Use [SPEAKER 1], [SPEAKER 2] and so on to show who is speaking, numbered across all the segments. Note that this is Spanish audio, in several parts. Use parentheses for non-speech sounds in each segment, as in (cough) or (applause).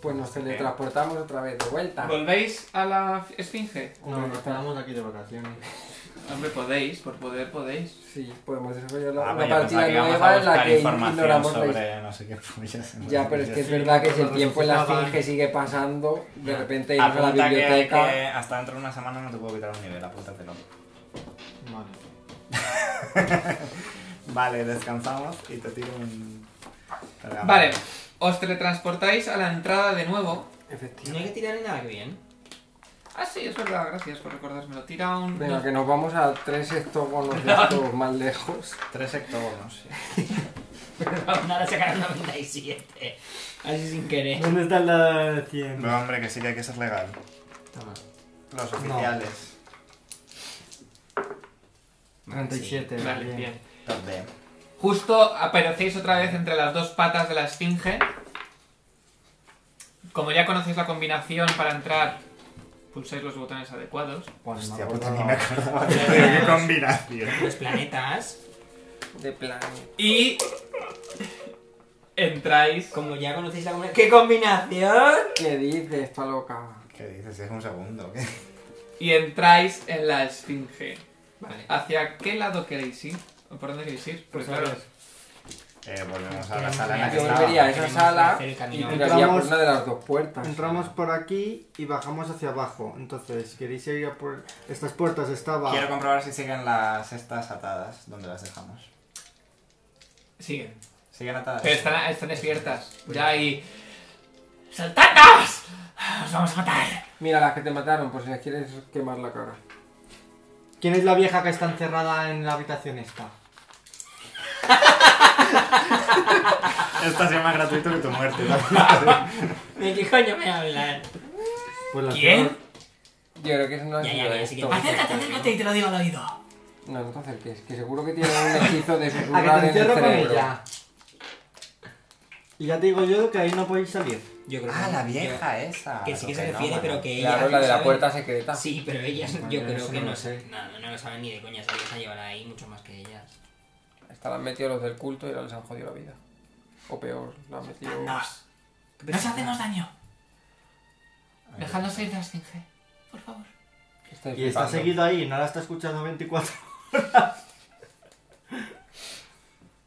[SPEAKER 1] Pues nos teletransportamos otra vez de vuelta.
[SPEAKER 2] ¿Volvéis a la esfinge?
[SPEAKER 3] No, nos quedamos aquí de vacaciones.
[SPEAKER 2] Hombre, podéis, por poder podéis.
[SPEAKER 1] Sí, podemos desarrollar la,
[SPEAKER 4] Ah,
[SPEAKER 1] una
[SPEAKER 4] pues yo pensaba
[SPEAKER 1] partida
[SPEAKER 4] que íbamos
[SPEAKER 1] nueva
[SPEAKER 4] a
[SPEAKER 1] en la
[SPEAKER 4] buscar
[SPEAKER 1] que
[SPEAKER 4] información
[SPEAKER 1] ignoramos la historia.
[SPEAKER 4] sobre no sé qué pollas.
[SPEAKER 1] Ya, pero es que es
[SPEAKER 3] Sí,
[SPEAKER 1] verdad que si el
[SPEAKER 3] cuando
[SPEAKER 1] tiempo en la
[SPEAKER 3] resucitaban-
[SPEAKER 1] esfinge sigue pasando, de repente ir a la
[SPEAKER 4] Apunta que, que
[SPEAKER 1] biblioteca.
[SPEAKER 4] hasta dentro de una semana no te puedo quitar un nivel, apúntatelo.
[SPEAKER 3] Vale.
[SPEAKER 4] Vale, descansamos y te tiro un... pergamino.
[SPEAKER 2] Vale, os teletransportáis a la entrada de nuevo.
[SPEAKER 3] No hay
[SPEAKER 1] Efectivamente.
[SPEAKER 3] que tirar ni nada que bien.
[SPEAKER 2] Ah, sí, es verdad, gracias por recordármelo. Tira un...
[SPEAKER 1] Venga, que nos vamos a tres hectógonos
[SPEAKER 4] (laughs)
[SPEAKER 1] de estos más lejos.
[SPEAKER 4] Tres hectógonos, sí.
[SPEAKER 5] Ahora sacaron 97. Así sin
[SPEAKER 3] (laughs)
[SPEAKER 5] querer.
[SPEAKER 3] ¿Dónde está la 100?
[SPEAKER 4] No, hombre, que sí que hay que ser legal.
[SPEAKER 3] Toma.
[SPEAKER 4] Los oficiales.
[SPEAKER 3] 37.
[SPEAKER 2] Vale, bien.
[SPEAKER 4] Los de-
[SPEAKER 2] Justo aparecéis otra vez entre las dos patas de la esfinge. Como ya conocéis la combinación para entrar, pulsáis los botones adecuados.
[SPEAKER 3] Pues
[SPEAKER 4] Hostia,
[SPEAKER 3] me
[SPEAKER 4] puta,
[SPEAKER 3] acuerdo.
[SPEAKER 4] ni me acordaba de (laughs) qué combinación.
[SPEAKER 5] Los planetas,
[SPEAKER 1] De plan.
[SPEAKER 2] Y entráis.
[SPEAKER 5] como ya conocéis la combinación. ¡Qué combinación!
[SPEAKER 1] ¿Qué dices, esta loca?
[SPEAKER 4] ¿Qué dices? Es un segundo. ¿qué?
[SPEAKER 2] Y entráis en la esfinge.
[SPEAKER 5] Vale.
[SPEAKER 2] ¿Hacia qué lado queréis ir? ¿O por dónde queréis ir? Porque
[SPEAKER 3] Pues a
[SPEAKER 2] claro,
[SPEAKER 3] ver.
[SPEAKER 4] Eh, volvemos a la sala en la que
[SPEAKER 1] Yo
[SPEAKER 4] estaba.
[SPEAKER 1] volvería a esa
[SPEAKER 5] Queremos
[SPEAKER 1] sala
[SPEAKER 5] hacer el
[SPEAKER 1] y
[SPEAKER 5] camino.
[SPEAKER 1] miraría por
[SPEAKER 3] Entramos-
[SPEAKER 1] una de las dos puertas.
[SPEAKER 3] Entramos por aquí y bajamos hacia abajo. Entonces, si queréis ir a por estas puertas, estaba.
[SPEAKER 4] Quiero comprobar si siguen las estas atadas, donde las dejamos.
[SPEAKER 2] siguen.
[SPEAKER 4] ¿Siguen atadas?
[SPEAKER 2] Pero están, están despiertas. Ya hay. ¡Saltadnos! ¡Os vamos a matar!
[SPEAKER 1] Mira las que te mataron, por si les quieres quemar la cara.
[SPEAKER 3] ¿Quién es la vieja que está encerrada en la habitación esta?
[SPEAKER 4] Esto ha sido más gratuito que tu muerte.
[SPEAKER 5] ¿De qué coño me hablan?
[SPEAKER 3] Pues la
[SPEAKER 2] ¿Quién?
[SPEAKER 3] peor.
[SPEAKER 1] Yo creo que es una.
[SPEAKER 5] Ya, ya, ya, así que.
[SPEAKER 1] esto. (laughs)
[SPEAKER 5] Acércate, acércate y te lo digo al oído.
[SPEAKER 1] No, no te acerques, que seguro que tiene un hechizo
[SPEAKER 3] (laughs)
[SPEAKER 1] de
[SPEAKER 3] A que
[SPEAKER 1] susurrar
[SPEAKER 3] te
[SPEAKER 1] en el
[SPEAKER 3] encierro con
[SPEAKER 1] cerebro.
[SPEAKER 3] ella. Y ya te digo yo que ahí no podéis salir.
[SPEAKER 5] Yo creo
[SPEAKER 4] ah,
[SPEAKER 5] que-
[SPEAKER 4] la vieja esa.
[SPEAKER 5] Que sí que se
[SPEAKER 4] Tokenómana.
[SPEAKER 5] refiere, pero que ella.
[SPEAKER 1] Claro, la de la
[SPEAKER 5] sabe-
[SPEAKER 1] puerta secreta.
[SPEAKER 5] Sí, pero ellas,
[SPEAKER 3] Bueno,
[SPEAKER 5] yo creo
[SPEAKER 3] eso
[SPEAKER 5] que
[SPEAKER 3] no
[SPEAKER 5] no,
[SPEAKER 3] lo sé.
[SPEAKER 5] no, no lo saben ni de coña, esa vieja llevará ahí mucho más que ellas.
[SPEAKER 1] Estarán metidos los del culto y ahora les han jodido la vida. O peor, la han metido.
[SPEAKER 5] ¡Nos!
[SPEAKER 2] No os hacemos daño. Dejadnos ir de la esfinge. Por favor.
[SPEAKER 1] Estáis
[SPEAKER 3] Y está
[SPEAKER 1] este flipando.
[SPEAKER 3] seguido ahí, no la está escuchando 24 horas.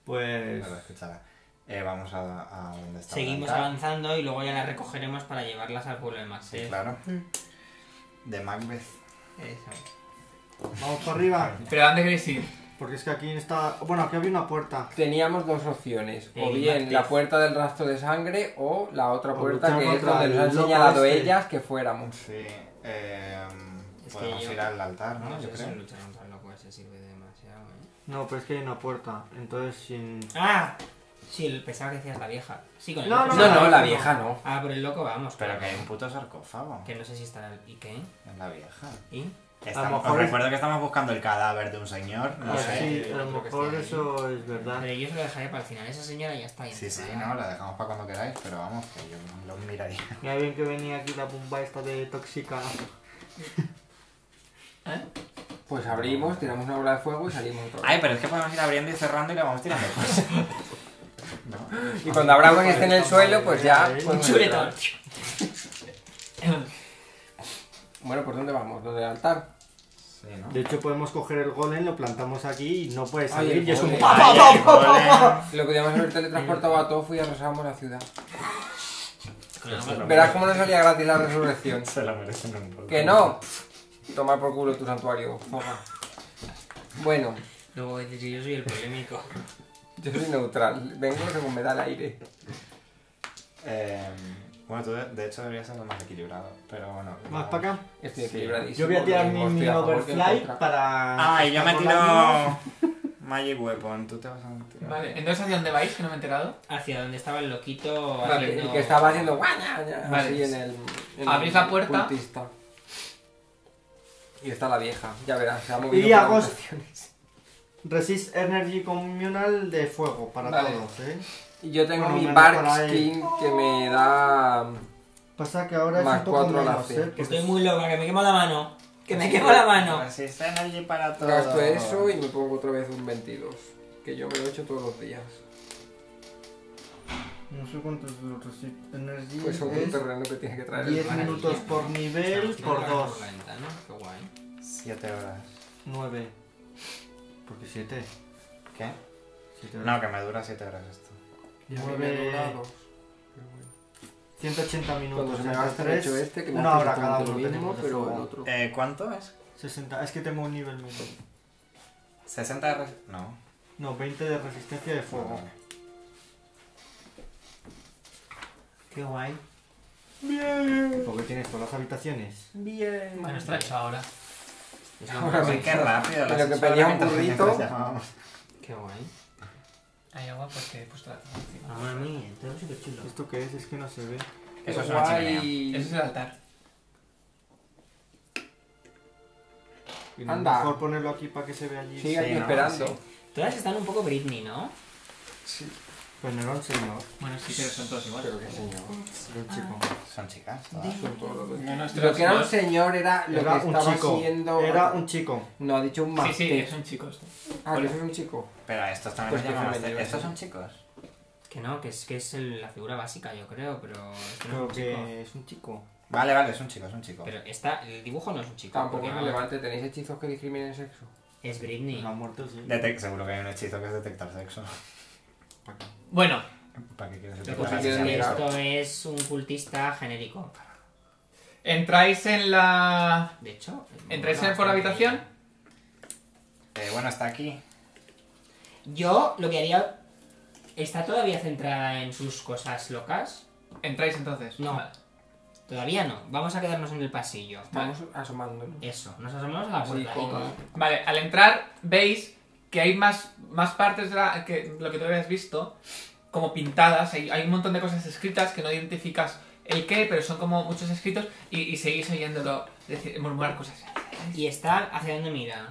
[SPEAKER 3] Pues.
[SPEAKER 4] No la escuchaba. Eh, vamos a, a donde está
[SPEAKER 5] Seguimos
[SPEAKER 4] Blanca.
[SPEAKER 5] avanzando y luego ya las recogeremos para llevarlas al pueblo de Maxel.
[SPEAKER 4] Sí, claro. De Macbeth.
[SPEAKER 5] Eso.
[SPEAKER 3] Vamos para arriba.
[SPEAKER 2] ¿Pero a dónde queréis ir?
[SPEAKER 3] Porque es que aquí está. Bueno, aquí había una puerta.
[SPEAKER 1] Teníamos dos opciones, o
[SPEAKER 5] El
[SPEAKER 1] bien
[SPEAKER 5] Martes.
[SPEAKER 1] la puerta del rastro de sangre o la otra
[SPEAKER 3] O
[SPEAKER 1] puerta
[SPEAKER 3] luchar
[SPEAKER 1] que es
[SPEAKER 3] contra
[SPEAKER 1] donde
[SPEAKER 3] el
[SPEAKER 1] nos han
[SPEAKER 3] lobo
[SPEAKER 1] señalado
[SPEAKER 3] este.
[SPEAKER 1] ellas que fuéramos.
[SPEAKER 4] Sí. Eh,
[SPEAKER 5] Es que
[SPEAKER 4] podemos
[SPEAKER 5] yo-
[SPEAKER 4] ir al altar, ¿no?
[SPEAKER 5] No,
[SPEAKER 4] yo
[SPEAKER 5] sé si
[SPEAKER 4] creo.
[SPEAKER 5] luchar contra el loco ese sirve de demasiado, ¿eh?
[SPEAKER 3] No, pero es que hay una puerta. Entonces, sin.
[SPEAKER 5] ¡Ah! Sí, el- pensaba que decías la vieja. Sí, con el
[SPEAKER 3] No,
[SPEAKER 5] loco.
[SPEAKER 1] No,
[SPEAKER 3] no,
[SPEAKER 5] sí,
[SPEAKER 1] no,
[SPEAKER 5] con
[SPEAKER 1] la
[SPEAKER 5] el loco.
[SPEAKER 1] vieja no.
[SPEAKER 5] Ah, por el loco vamos.
[SPEAKER 4] Pero
[SPEAKER 5] claro.
[SPEAKER 4] que hay un puto sarcófago
[SPEAKER 5] Que no sé si estará... el- ¿Y qué?
[SPEAKER 4] en la vieja.
[SPEAKER 5] ¿Y?
[SPEAKER 4] Estamos-
[SPEAKER 3] mejor
[SPEAKER 4] os
[SPEAKER 3] es-
[SPEAKER 4] recuerdo que estamos buscando el cadáver de un señor. No
[SPEAKER 1] Ah,
[SPEAKER 3] Pues
[SPEAKER 4] sé.
[SPEAKER 5] sí.
[SPEAKER 3] sí, a lo
[SPEAKER 5] yo creo que
[SPEAKER 3] mejor
[SPEAKER 5] está ahí.
[SPEAKER 3] eso es verdad.
[SPEAKER 5] Pero yo se lo dejaría para el final. Esa señora ya está ahí. ¿eh?
[SPEAKER 4] Sí, sí,
[SPEAKER 5] encerrada.
[SPEAKER 4] no, la dejamos para cuando queráis, pero vamos, que yo lo miraría.
[SPEAKER 3] Mira bien que venía aquí la bomba esta de tóxica.
[SPEAKER 1] Pues abrimos, tiramos una bola de fuego y salimos otra
[SPEAKER 4] Ay,
[SPEAKER 1] vez.
[SPEAKER 4] pero es que podemos ir abriendo y cerrando y le vamos (laughs) tirando cosas. ¿No?
[SPEAKER 1] Y cuando habrá una que esté en el suelo, pues ya...
[SPEAKER 3] Un
[SPEAKER 5] Un
[SPEAKER 1] podemos
[SPEAKER 5] chuletón.
[SPEAKER 1] entrar. Bueno, ¿por dónde vamos? ¿Dónde el altar?
[SPEAKER 4] Sí, ¿no?
[SPEAKER 3] De hecho, podemos coger el golem, lo plantamos aquí y no puede
[SPEAKER 1] Ay,
[SPEAKER 3] salir.
[SPEAKER 1] el
[SPEAKER 3] Y es un
[SPEAKER 1] golem.
[SPEAKER 3] pa,
[SPEAKER 4] Ay,
[SPEAKER 3] pa,
[SPEAKER 4] el
[SPEAKER 3] pa, pa, pa.
[SPEAKER 4] golem.
[SPEAKER 1] Lo podíamos haber teletransportado a Tofu y arrasábamos la ciudad.
[SPEAKER 5] Con el
[SPEAKER 4] Eso
[SPEAKER 5] loco.
[SPEAKER 1] (laughs)
[SPEAKER 4] lo
[SPEAKER 1] Verás cómo nos salía gratis la resurrección.
[SPEAKER 4] Se lo merecen un poco.
[SPEAKER 1] ¡Que no! Tomar por culo tu santuario, zorra. Bueno,
[SPEAKER 5] Luego dices que yo soy el polémico.
[SPEAKER 1] yo soy neutral. Vengo según me da el aire.
[SPEAKER 4] Eh, bueno, tú de, de hecho deberías ser lo más equilibrado, pero bueno.
[SPEAKER 3] Más
[SPEAKER 4] no.
[SPEAKER 3] para acá.
[SPEAKER 1] Estoy
[SPEAKER 4] Sí.
[SPEAKER 1] equilibradísimo.
[SPEAKER 3] Yo voy a tirar mi,
[SPEAKER 1] Estoy
[SPEAKER 3] mi
[SPEAKER 1] a favor que
[SPEAKER 3] overfly
[SPEAKER 1] contra.
[SPEAKER 3] para.
[SPEAKER 4] Ay, yo me
[SPEAKER 3] para volarnos.
[SPEAKER 4] tiro Magic Weapon, tú te vas a tirar.
[SPEAKER 2] Vale, entonces ¿hacia dónde vais? Que no me he enterado.
[SPEAKER 5] Hacia donde estaba el loquito
[SPEAKER 1] Vale,
[SPEAKER 5] haciendo...
[SPEAKER 1] el que estaba haciendo guaña,
[SPEAKER 2] Vale.
[SPEAKER 1] así en el. en
[SPEAKER 2] Abrís
[SPEAKER 1] el
[SPEAKER 2] la puerta.
[SPEAKER 1] cultista. Y está la vieja, ya verás, se ha movido.
[SPEAKER 3] Y
[SPEAKER 1] por
[SPEAKER 3] hago
[SPEAKER 1] la-
[SPEAKER 3] Resist Energy Communal de fuego para
[SPEAKER 2] Vale.
[SPEAKER 3] todos, ¿eh?
[SPEAKER 1] Y yo tengo
[SPEAKER 3] Bueno,
[SPEAKER 1] mi
[SPEAKER 3] menos
[SPEAKER 1] Bark
[SPEAKER 3] para él.
[SPEAKER 1] Skin que me da.
[SPEAKER 3] Pasa que ahora
[SPEAKER 1] Más
[SPEAKER 3] es un poco
[SPEAKER 1] cuatro a la
[SPEAKER 3] menos,
[SPEAKER 1] fe.
[SPEAKER 3] ¿eh?
[SPEAKER 5] Que estoy muy loca, que me quemo la mano. Que me quemo la mano.
[SPEAKER 4] Así está energy para todo.
[SPEAKER 1] Gasto
[SPEAKER 3] Ah.
[SPEAKER 1] eso y me pongo otra vez un 22. Que yo me lo echo todos los días.
[SPEAKER 3] No sé cuánto es el Resist Energy.
[SPEAKER 1] Pues un
[SPEAKER 3] es
[SPEAKER 1] terreno que tiene que traer. el
[SPEAKER 3] 10
[SPEAKER 1] plan.
[SPEAKER 3] minutos por nivel por 2.
[SPEAKER 4] 7 horas.
[SPEAKER 3] 9. Porque 7.
[SPEAKER 4] ¿Qué? No, que me dura 7 horas esto.
[SPEAKER 1] Y a mí me dura
[SPEAKER 3] Nueve-
[SPEAKER 1] dos. Pero bueno.
[SPEAKER 3] 180
[SPEAKER 1] Cuando
[SPEAKER 3] minutos.
[SPEAKER 1] se me
[SPEAKER 3] entre
[SPEAKER 1] gasta el
[SPEAKER 3] pues tres,
[SPEAKER 1] hecho este, que me
[SPEAKER 3] una
[SPEAKER 1] hace
[SPEAKER 3] hora cada
[SPEAKER 1] exactamente
[SPEAKER 3] uno
[SPEAKER 1] lo mismo,
[SPEAKER 3] tenemos de
[SPEAKER 1] pero el
[SPEAKER 3] jugar.
[SPEAKER 1] otro.
[SPEAKER 4] Eh, ¿Cuánto es?
[SPEAKER 3] 60. Es que tengo un nivel mínimo.
[SPEAKER 4] 60 de res- No.
[SPEAKER 3] No, 20 de resistencia de fuego.
[SPEAKER 1] Ah.
[SPEAKER 4] (laughs) Vale.
[SPEAKER 5] Qué guay.
[SPEAKER 3] Porque tienes todas las habitaciones.
[SPEAKER 1] Bien.
[SPEAKER 2] Bueno, está hecho ahora.
[SPEAKER 1] Ahora
[SPEAKER 4] Uy,
[SPEAKER 1] me
[SPEAKER 4] qué rápido.
[SPEAKER 1] Pero
[SPEAKER 4] las
[SPEAKER 1] que
[SPEAKER 4] ocho
[SPEAKER 1] pedía un
[SPEAKER 4] horas mientras
[SPEAKER 1] burrito.
[SPEAKER 4] nosotros llamábamos.
[SPEAKER 5] Qué guay.
[SPEAKER 2] Hay agua porque he puesto la taza encima.
[SPEAKER 5] Mamma mía, todo súper chulo.
[SPEAKER 3] ¿Esto qué es? Es que no se ve.
[SPEAKER 4] Eso es una chimenea.
[SPEAKER 1] guay.
[SPEAKER 2] Ese es el altar.
[SPEAKER 3] Y no,
[SPEAKER 1] Anda.
[SPEAKER 3] Mejor ponerlo aquí para que se vea allí.
[SPEAKER 1] Sigue aquí
[SPEAKER 4] Sí, ¿no?
[SPEAKER 1] esperando.
[SPEAKER 4] Sí.
[SPEAKER 5] Todas están un poco Britney, ¿no?
[SPEAKER 3] Pues Nerón señor.
[SPEAKER 2] Bueno, sí, pero son todos iguales.
[SPEAKER 1] Pero que señor. Ah.
[SPEAKER 3] Era un chico.
[SPEAKER 4] Son chicas. todas.
[SPEAKER 1] Son todos los dos.
[SPEAKER 2] No, no, esto
[SPEAKER 1] Lo
[SPEAKER 2] es
[SPEAKER 1] que era un
[SPEAKER 2] igual.
[SPEAKER 1] señor era lo
[SPEAKER 3] Era
[SPEAKER 1] que
[SPEAKER 3] un
[SPEAKER 1] estaba
[SPEAKER 3] chico.
[SPEAKER 1] haciendo.
[SPEAKER 3] Era un chico.
[SPEAKER 1] No, ha dicho un
[SPEAKER 2] Sí,
[SPEAKER 1] más.
[SPEAKER 2] sí, es un chico esto.
[SPEAKER 1] Ah, que es un chico.
[SPEAKER 4] Pero estos
[SPEAKER 1] Pues
[SPEAKER 4] también se
[SPEAKER 1] yo
[SPEAKER 4] llaman
[SPEAKER 1] creo que
[SPEAKER 4] master-
[SPEAKER 1] yo-
[SPEAKER 4] Estos son chicos.
[SPEAKER 5] Que no, que es, que es el- la figura básica, yo creo, pero... Este
[SPEAKER 3] Creo
[SPEAKER 5] no es un chico.
[SPEAKER 3] que es un chico.
[SPEAKER 4] Vale, vale, es un chico, es un chico.
[SPEAKER 5] Pero esta, el dibujo no es un chico.
[SPEAKER 1] Tampoco
[SPEAKER 5] porque,
[SPEAKER 1] es
[SPEAKER 5] vamos,
[SPEAKER 1] relevante. ¿Tenéis hechizos que discriminen sexo?
[SPEAKER 5] Es Britney.
[SPEAKER 3] La muerte Pues sí.
[SPEAKER 4] Detec- Seguro que hay un hechizo que es detectar sexo. (laughs)
[SPEAKER 3] ¿Para qué?
[SPEAKER 2] Bueno,
[SPEAKER 4] ¿Para qué quieres
[SPEAKER 1] Pues si
[SPEAKER 4] detectar
[SPEAKER 1] quieres
[SPEAKER 5] Y
[SPEAKER 4] sexo?
[SPEAKER 1] mirar.
[SPEAKER 5] esto es un cultista genérico.
[SPEAKER 2] entráis en la.
[SPEAKER 5] De hecho...
[SPEAKER 2] ¿Entráis
[SPEAKER 5] mola
[SPEAKER 2] en- por la
[SPEAKER 5] bastante.
[SPEAKER 2] habitación?
[SPEAKER 4] Eh, bueno, está aquí.
[SPEAKER 5] Yo lo que haría... ¿Está todavía centrada en sus cosas locas?
[SPEAKER 2] Entráis entonces.
[SPEAKER 5] No.
[SPEAKER 2] Vale.
[SPEAKER 5] Todavía no. Vamos a quedarnos en el pasillo.
[SPEAKER 1] Estamos asomándonos.
[SPEAKER 5] Eso, nos asomamos
[SPEAKER 2] Ah,
[SPEAKER 5] a la
[SPEAKER 1] Así
[SPEAKER 5] puerta. y
[SPEAKER 1] como-
[SPEAKER 5] con-
[SPEAKER 2] Vale, al entrar veis que hay más, más partes de la- que lo que tú habías visto, como pintadas, hay, hay un montón de cosas escritas que no identificas el qué, pero son como muchos escritos y, y seguís oyéndolo decir- murmurar cosas.
[SPEAKER 5] Y está hacia dónde mira.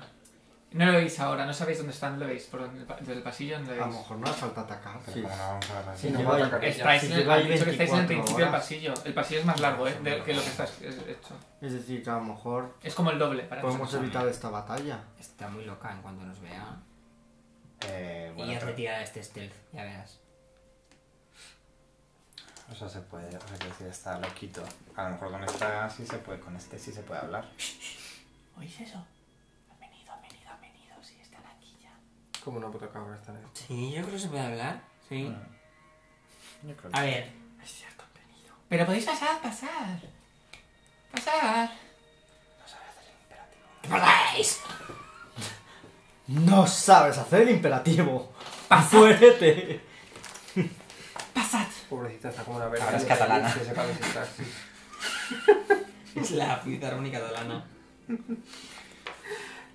[SPEAKER 2] No lo veis ahora, no sabéis dónde están, no lo veis por donde- desde el pasillo, no lo
[SPEAKER 3] A lo
[SPEAKER 2] veis.
[SPEAKER 3] mejor no hace falta atacar.
[SPEAKER 4] Pero
[SPEAKER 3] Sí.
[SPEAKER 4] como no vamos a ver
[SPEAKER 3] Sí,
[SPEAKER 1] no
[SPEAKER 4] así.
[SPEAKER 1] va a atacar ella.
[SPEAKER 2] Estáis
[SPEAKER 3] Si
[SPEAKER 2] en el,
[SPEAKER 3] lleváis
[SPEAKER 2] han dicho que estáis en el
[SPEAKER 3] 24
[SPEAKER 2] principio del
[SPEAKER 3] horas.
[SPEAKER 2] pasillo. El pasillo es más largo, ¿eh? de- que lo que estás es- hecho.
[SPEAKER 3] Es decir, que a lo mejor
[SPEAKER 2] Es como el doble para
[SPEAKER 3] podemos
[SPEAKER 2] nosotros.
[SPEAKER 3] evitar esta batalla.
[SPEAKER 5] Está muy loca en cuanto nos vea.
[SPEAKER 4] Eh,
[SPEAKER 5] y
[SPEAKER 4] bueno,
[SPEAKER 5] es
[SPEAKER 4] pero-
[SPEAKER 5] retirada este stealth, ya verás.
[SPEAKER 4] O sea, se puede, o sea, que si está loquito. A lo mejor con esta sí se puede, con este sí se puede hablar.
[SPEAKER 2] ¿Oís eso? Han venido, han venido, han venido, sí, están aquí ya.
[SPEAKER 1] Como una puta cabra están ahí.
[SPEAKER 5] Sí, yo creo que se puede hablar. Sí.
[SPEAKER 4] Bueno, yo creo que
[SPEAKER 5] A ver,
[SPEAKER 2] Es cierto, han venido. Pero podéis pasar, pasar. Pasar.
[SPEAKER 5] ¿qué pasáis?
[SPEAKER 3] No sabes hacer el (laughs) imperativo. ¡Fuerte!
[SPEAKER 2] Pasad.
[SPEAKER 1] Pobrecita, está como una verga.
[SPEAKER 4] Ahora es
[SPEAKER 1] de
[SPEAKER 4] catalana.
[SPEAKER 1] Que sepa sentarse.
[SPEAKER 5] (laughs) Es la filarmónica catalana.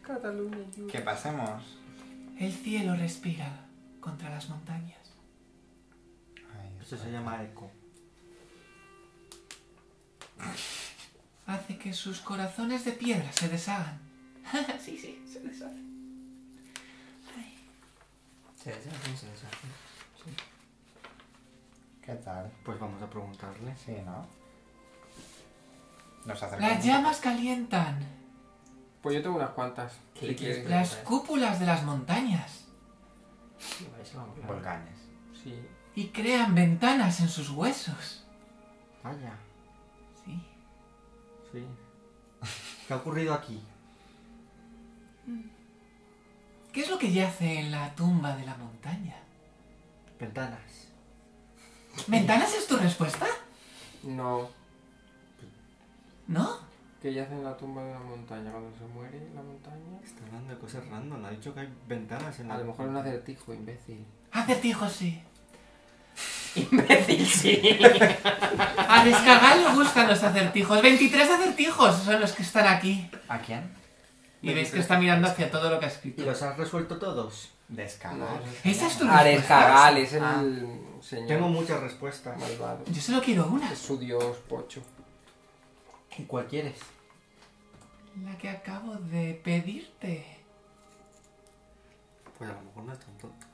[SPEAKER 1] Cataluña,
[SPEAKER 4] sí. Que pasemos.
[SPEAKER 2] El cielo respira contra las montañas.
[SPEAKER 4] Ay,
[SPEAKER 3] Eso se llama eco.
[SPEAKER 2] Hace que sus corazones de piedra se deshagan. (laughs) sí, sí, se deshacen.
[SPEAKER 5] Se deshace, se deshace.
[SPEAKER 4] ¿Qué tal?
[SPEAKER 3] Pues vamos a preguntarle.
[SPEAKER 4] Sí, ¿no? Nos acercamos.
[SPEAKER 2] Las llamas calientan
[SPEAKER 1] Pues yo tengo unas cuantas.
[SPEAKER 5] Sí,
[SPEAKER 1] Si
[SPEAKER 5] quieres
[SPEAKER 1] quieres.
[SPEAKER 5] ver.
[SPEAKER 2] las cúpulas de las montañas
[SPEAKER 5] Me parece como que-
[SPEAKER 4] Volcanes.
[SPEAKER 1] Sí.
[SPEAKER 2] y crean ventanas en sus huesos.
[SPEAKER 3] Vaya,
[SPEAKER 2] Sí.
[SPEAKER 3] sí. ¿Qué ha ocurrido aquí?
[SPEAKER 2] ¿Qué es lo que yace en la tumba de la montaña?
[SPEAKER 3] Ventanas.
[SPEAKER 2] ¿Ventanas es tu respuesta?
[SPEAKER 1] No.
[SPEAKER 2] ¿No?
[SPEAKER 1] Que yace en la tumba de la montaña. Cuando se muere la montaña.
[SPEAKER 3] Está hablando de cosas random. Ha dicho que hay ventanas en la.
[SPEAKER 1] A lo mejor es un acertijo, imbécil.
[SPEAKER 2] Acertijos, sí.
[SPEAKER 5] Imbécil, sí.
[SPEAKER 2] (laughs) A descargar le gustan los acertijos. 23 acertijos son los que están aquí.
[SPEAKER 4] ¿A quién?
[SPEAKER 2] Y veis que está mirando hacia todo lo que ha escrito.
[SPEAKER 3] ¿Y los has resuelto todos?
[SPEAKER 4] Descagar.
[SPEAKER 2] Esa es tu respuesta.
[SPEAKER 1] Arescagal es el
[SPEAKER 4] Ah.
[SPEAKER 1] señor
[SPEAKER 3] Tengo muchas respuestas.
[SPEAKER 1] malvado.
[SPEAKER 2] Yo solo quiero una.
[SPEAKER 1] Es su dios pocho.
[SPEAKER 3] ¿Y cuál quieres?
[SPEAKER 2] La que acabo de pedirte.
[SPEAKER 3] Pues a lo mejor no es tan tonto.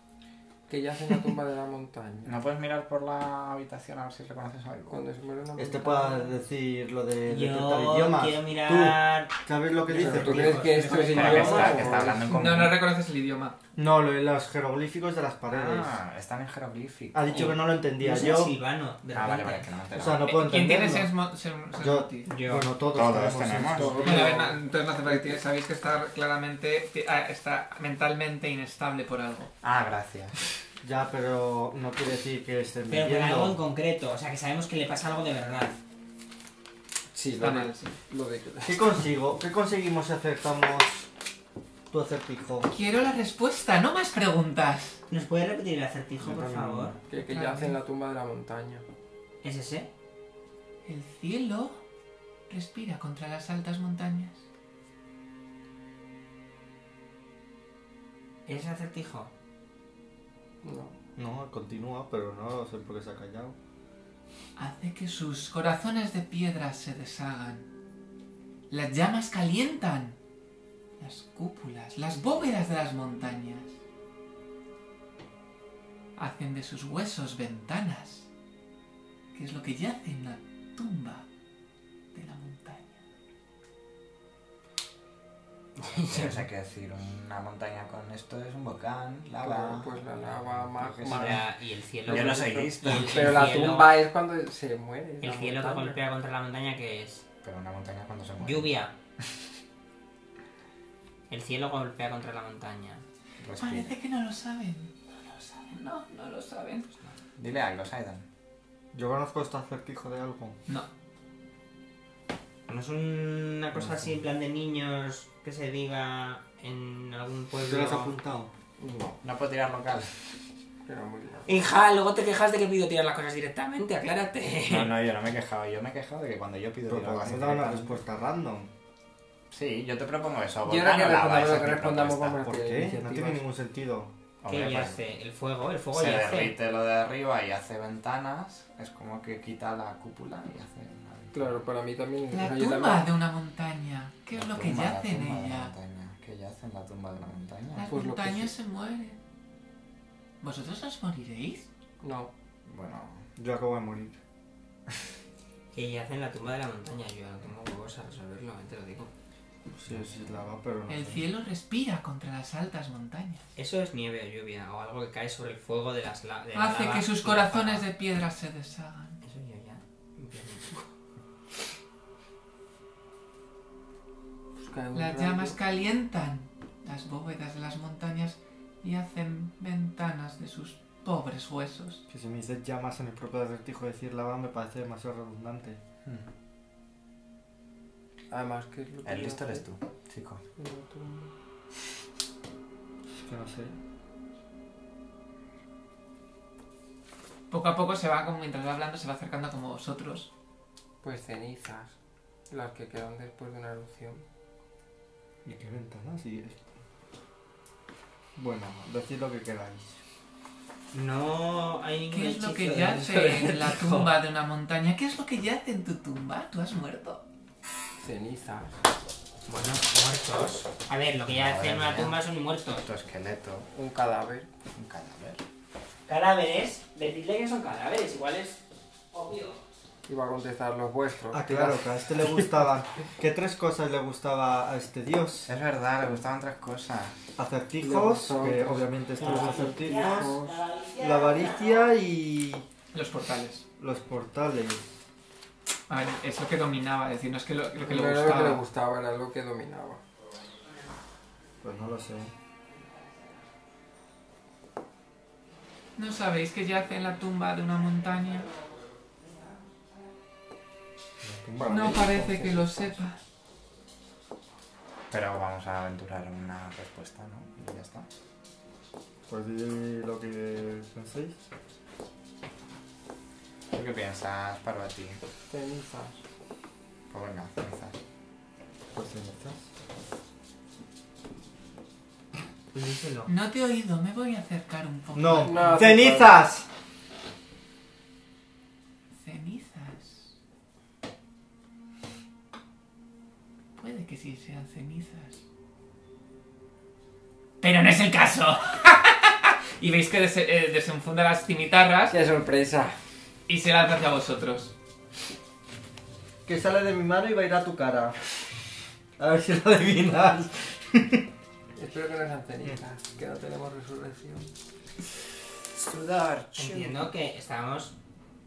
[SPEAKER 1] Que yace en la tumba de la montaña.
[SPEAKER 4] ¿No puedes mirar por la habitación a ver si reconoces algo?
[SPEAKER 1] Cuando se muere la montaña.
[SPEAKER 3] Este puede decir lo de detectar
[SPEAKER 5] Yo
[SPEAKER 3] idiomas.
[SPEAKER 5] quiero mirar.
[SPEAKER 3] Tú, ¿sabes lo que
[SPEAKER 1] Pero
[SPEAKER 3] dice?
[SPEAKER 1] ¿Tú crees que esto es
[SPEAKER 4] Espera, que
[SPEAKER 1] idioma?
[SPEAKER 4] está, que
[SPEAKER 1] o
[SPEAKER 4] está hablando en común.
[SPEAKER 2] No, no reconoces el idioma.
[SPEAKER 3] No, lo de los jeroglíficos de las paredes.
[SPEAKER 4] Ah, están en jeroglífico.
[SPEAKER 3] ha dicho que no lo entendía
[SPEAKER 5] No soy
[SPEAKER 3] yo.
[SPEAKER 5] Silvano, de
[SPEAKER 4] Ah, vale, vale,
[SPEAKER 5] repente.
[SPEAKER 4] que no me he
[SPEAKER 3] O
[SPEAKER 4] enterado.
[SPEAKER 3] sea, no
[SPEAKER 2] Eh,
[SPEAKER 3] puedo
[SPEAKER 2] ¿Quién tiene
[SPEAKER 3] entenderlo.
[SPEAKER 2] sense mo- sen- sense
[SPEAKER 3] Yo-
[SPEAKER 2] motive?
[SPEAKER 5] Yo.
[SPEAKER 3] Bueno, todos,
[SPEAKER 4] Todos tenemos.
[SPEAKER 3] tenemos. esto.
[SPEAKER 2] Bueno, a ver, na- entonces no hace falta que tiene- sabéis que está claramente, ti- ah, está mentalmente inestable por algo.
[SPEAKER 4] Ah, gracias.
[SPEAKER 3] Ya, pero no quiere decir que estén
[SPEAKER 5] Pero por algo en
[SPEAKER 3] mintiendo.
[SPEAKER 5] concreto, o sea que sabemos que le pasa algo de verdad.
[SPEAKER 1] Sí,
[SPEAKER 2] Está
[SPEAKER 1] lo de,
[SPEAKER 2] mal, sí.
[SPEAKER 1] lo de-
[SPEAKER 3] ¿Qué consigo? ¿Qué conseguimos si acertamos tu acertijo?
[SPEAKER 2] Quiero la respuesta, no más preguntas.
[SPEAKER 5] ¿Nos puede repetir el acertijo, por favor?
[SPEAKER 1] que, que yace en la tumba de la montaña.
[SPEAKER 5] ¿Es ese?
[SPEAKER 2] El cielo respira contra las altas montañas.
[SPEAKER 5] ¿Es ese acertijo?
[SPEAKER 1] No.
[SPEAKER 3] No, continúa, pero no sé por qué se ha callado.
[SPEAKER 2] Hace que sus corazones de piedra se deshagan. Las llamas calientan. Las cúpulas, las bóvedas de las montañas. Hacen de sus huesos ventanas. Que es lo que yace en la tumba de la montaña.
[SPEAKER 4] o sea, que decir, una montaña con esto es un volcán,
[SPEAKER 1] Claro,
[SPEAKER 4] lava.
[SPEAKER 1] pues la lava,
[SPEAKER 4] Porque
[SPEAKER 1] magma.
[SPEAKER 4] será-
[SPEAKER 5] y el cielo.
[SPEAKER 4] Yo no soy listo.
[SPEAKER 5] el-
[SPEAKER 1] Pero
[SPEAKER 5] el
[SPEAKER 1] la
[SPEAKER 5] cielo-
[SPEAKER 1] tumba es cuando se muere. es
[SPEAKER 5] El
[SPEAKER 1] la
[SPEAKER 5] cielo que
[SPEAKER 1] montaña.
[SPEAKER 5] golpea contra la montaña, que es?
[SPEAKER 4] Pero una montaña cuando se muere.
[SPEAKER 5] Lluvia. El cielo golpea contra la montaña.
[SPEAKER 4] Respira.
[SPEAKER 2] Parece que no lo saben. No lo saben, no, no lo saben.
[SPEAKER 4] Dile algo, Saidan.
[SPEAKER 3] Yo conozco este acertijo de algo.
[SPEAKER 2] No,
[SPEAKER 5] ¿No es una cosa así en plan de niños que se diga en algún
[SPEAKER 3] ¿Te lo has
[SPEAKER 5] pueblo?
[SPEAKER 3] apuntado?
[SPEAKER 1] No,
[SPEAKER 4] No puedo tirar local.
[SPEAKER 1] pero muy bien.
[SPEAKER 5] Hija, luego te quejas de que pido tirar las cosas directamente, aclárate.
[SPEAKER 4] (laughs) No, no, yo no me he quejado. Yo me he quejado de que cuando yo pido
[SPEAKER 3] Pero
[SPEAKER 4] tirar
[SPEAKER 3] podemos
[SPEAKER 4] local.
[SPEAKER 3] dar una respuesta random.
[SPEAKER 4] Sí, yo te propongo eso.
[SPEAKER 1] Y ahora
[SPEAKER 4] volcán
[SPEAKER 1] que
[SPEAKER 4] o lava,
[SPEAKER 1] respondamos, lo
[SPEAKER 4] esa es
[SPEAKER 1] que
[SPEAKER 4] mi
[SPEAKER 1] respondamos
[SPEAKER 4] propuesta.
[SPEAKER 1] vamos a
[SPEAKER 3] ¿Por
[SPEAKER 1] hacer
[SPEAKER 3] qué? No
[SPEAKER 1] iniciativas.
[SPEAKER 3] tiene ningún sentido.
[SPEAKER 5] ¿Qué
[SPEAKER 4] Hombre,
[SPEAKER 5] le
[SPEAKER 4] pues,
[SPEAKER 5] hace? El fuego, el fuego
[SPEAKER 4] Se
[SPEAKER 5] le hace.
[SPEAKER 4] derrite lo de arriba y hace ventanas. Es como que quita la cúpula y hace una ventana.
[SPEAKER 1] Claro, para mí también. o
[SPEAKER 2] La
[SPEAKER 1] sea, yo
[SPEAKER 2] tumba
[SPEAKER 1] también-
[SPEAKER 2] de una montaña. ¿Qué es
[SPEAKER 4] Pues La
[SPEAKER 2] lo que
[SPEAKER 4] tumba, la
[SPEAKER 2] yace en
[SPEAKER 4] tumba de la
[SPEAKER 2] ella?
[SPEAKER 4] montaña. ¿Qué yace en la tumba de la montaña?
[SPEAKER 2] Las
[SPEAKER 1] Pues lo que
[SPEAKER 2] montañas
[SPEAKER 1] sí.
[SPEAKER 2] se mueren. ¿Vosotros os moriréis?
[SPEAKER 1] No,
[SPEAKER 4] Bueno,
[SPEAKER 3] Yo acabo de morir.
[SPEAKER 5] Que yace en la tumba de la montaña. Yo no tengo huevos a resolverlo, te lo digo.
[SPEAKER 3] Sí, sí, lava, pero no
[SPEAKER 2] El
[SPEAKER 3] sé.
[SPEAKER 2] cielo respira contra las altas montañas.
[SPEAKER 5] Eso es nieve o lluvia, o algo que cae sobre el fuego de las la- de la
[SPEAKER 2] Hace
[SPEAKER 5] lava
[SPEAKER 2] que sus
[SPEAKER 5] y la
[SPEAKER 2] corazones
[SPEAKER 5] paja.
[SPEAKER 2] de piedra se deshagan.
[SPEAKER 5] Eso yo ya.
[SPEAKER 1] pues cae un
[SPEAKER 2] Las
[SPEAKER 1] rayo.
[SPEAKER 2] llamas calientan las bóvedas de las montañas y hacen ventanas de sus pobres huesos.
[SPEAKER 3] Que si me dices llamas en el propio acertijo decir lava me parece demasiado redundante.
[SPEAKER 5] Hmm.
[SPEAKER 1] Además, que es lo que
[SPEAKER 4] el listo
[SPEAKER 1] hace
[SPEAKER 4] eres tú, chico.
[SPEAKER 1] en la tumba?
[SPEAKER 3] Es que no sé.
[SPEAKER 2] Poco a poco se va, como mientras va hablando, se va acercando como vosotros.
[SPEAKER 1] Pues cenizas. Las que quedan después de una erupción.
[SPEAKER 3] ¿Y qué ventana? Sí, es... Bueno, decid lo que queráis.
[SPEAKER 5] No hay ningún
[SPEAKER 2] ¿Qué es lo
[SPEAKER 5] hechizo
[SPEAKER 2] que
[SPEAKER 5] de-
[SPEAKER 2] yace
[SPEAKER 5] (laughs)
[SPEAKER 2] en la tumba de una montaña? ¿Qué es lo que yace en tu tumba? Tú has muerto.
[SPEAKER 1] Cenizas.
[SPEAKER 5] Bueno, muertos. A ver, lo que yace en una
[SPEAKER 4] Madre mía.
[SPEAKER 5] tumba son muertos.
[SPEAKER 4] Tu esqueleto,
[SPEAKER 1] Un cadáver.
[SPEAKER 4] un cadáver.
[SPEAKER 5] Cadáveres, decidle que son cadáveres, igual es obvio.
[SPEAKER 1] Iba a contestar los vuestros.
[SPEAKER 3] Ah, claro, que a este le gustaban. ¿Qué tres cosas le gustaba a este dios?
[SPEAKER 4] Es verdad, le gustaban otras cosas.
[SPEAKER 3] Acertijos,
[SPEAKER 1] Le
[SPEAKER 3] que
[SPEAKER 1] gustaban-
[SPEAKER 3] obviamente están los acertijos.
[SPEAKER 1] Cenizas.
[SPEAKER 3] La avaricia y
[SPEAKER 2] Los portales.
[SPEAKER 3] los portales.
[SPEAKER 2] A ver, es lo que dominaba, es decir, no es que lo, lo que
[SPEAKER 1] No
[SPEAKER 2] le
[SPEAKER 1] era lo que le
[SPEAKER 2] gustaba.
[SPEAKER 1] gustaba, era lo que dominaba.
[SPEAKER 3] Pues no lo sé.
[SPEAKER 2] ¿No sabéis que yace en la tumba de una montaña? No parece que lo sepa.
[SPEAKER 4] Pero vamos a aventurar una respuesta, ¿no? Y ya está.
[SPEAKER 3] Pues di lo que penséis.
[SPEAKER 4] ¿Tú qué piensas, Parvati?
[SPEAKER 1] Cenizas.
[SPEAKER 4] Pues venga, quizás.
[SPEAKER 3] Pues cenizas.
[SPEAKER 5] Pues díselo.
[SPEAKER 2] No te he oído, me voy a acercar un poco.
[SPEAKER 3] No,
[SPEAKER 1] No, hace
[SPEAKER 3] cenizas.
[SPEAKER 2] Cenizas. Puede que sí sean cenizas. Pero no es el caso. (laughs) y veis que des- eh, desenfunda las cimitarras
[SPEAKER 1] ¡Qué sorpresa!
[SPEAKER 2] y se lanza hacia vosotros.
[SPEAKER 3] Que sale de mi mano y va a ir a tu cara. A ver si lo adivinas.
[SPEAKER 1] Es Espero que no sean cenizas, que no tenemos resurrección.
[SPEAKER 6] Sudar.
[SPEAKER 5] Entiendo que estábamos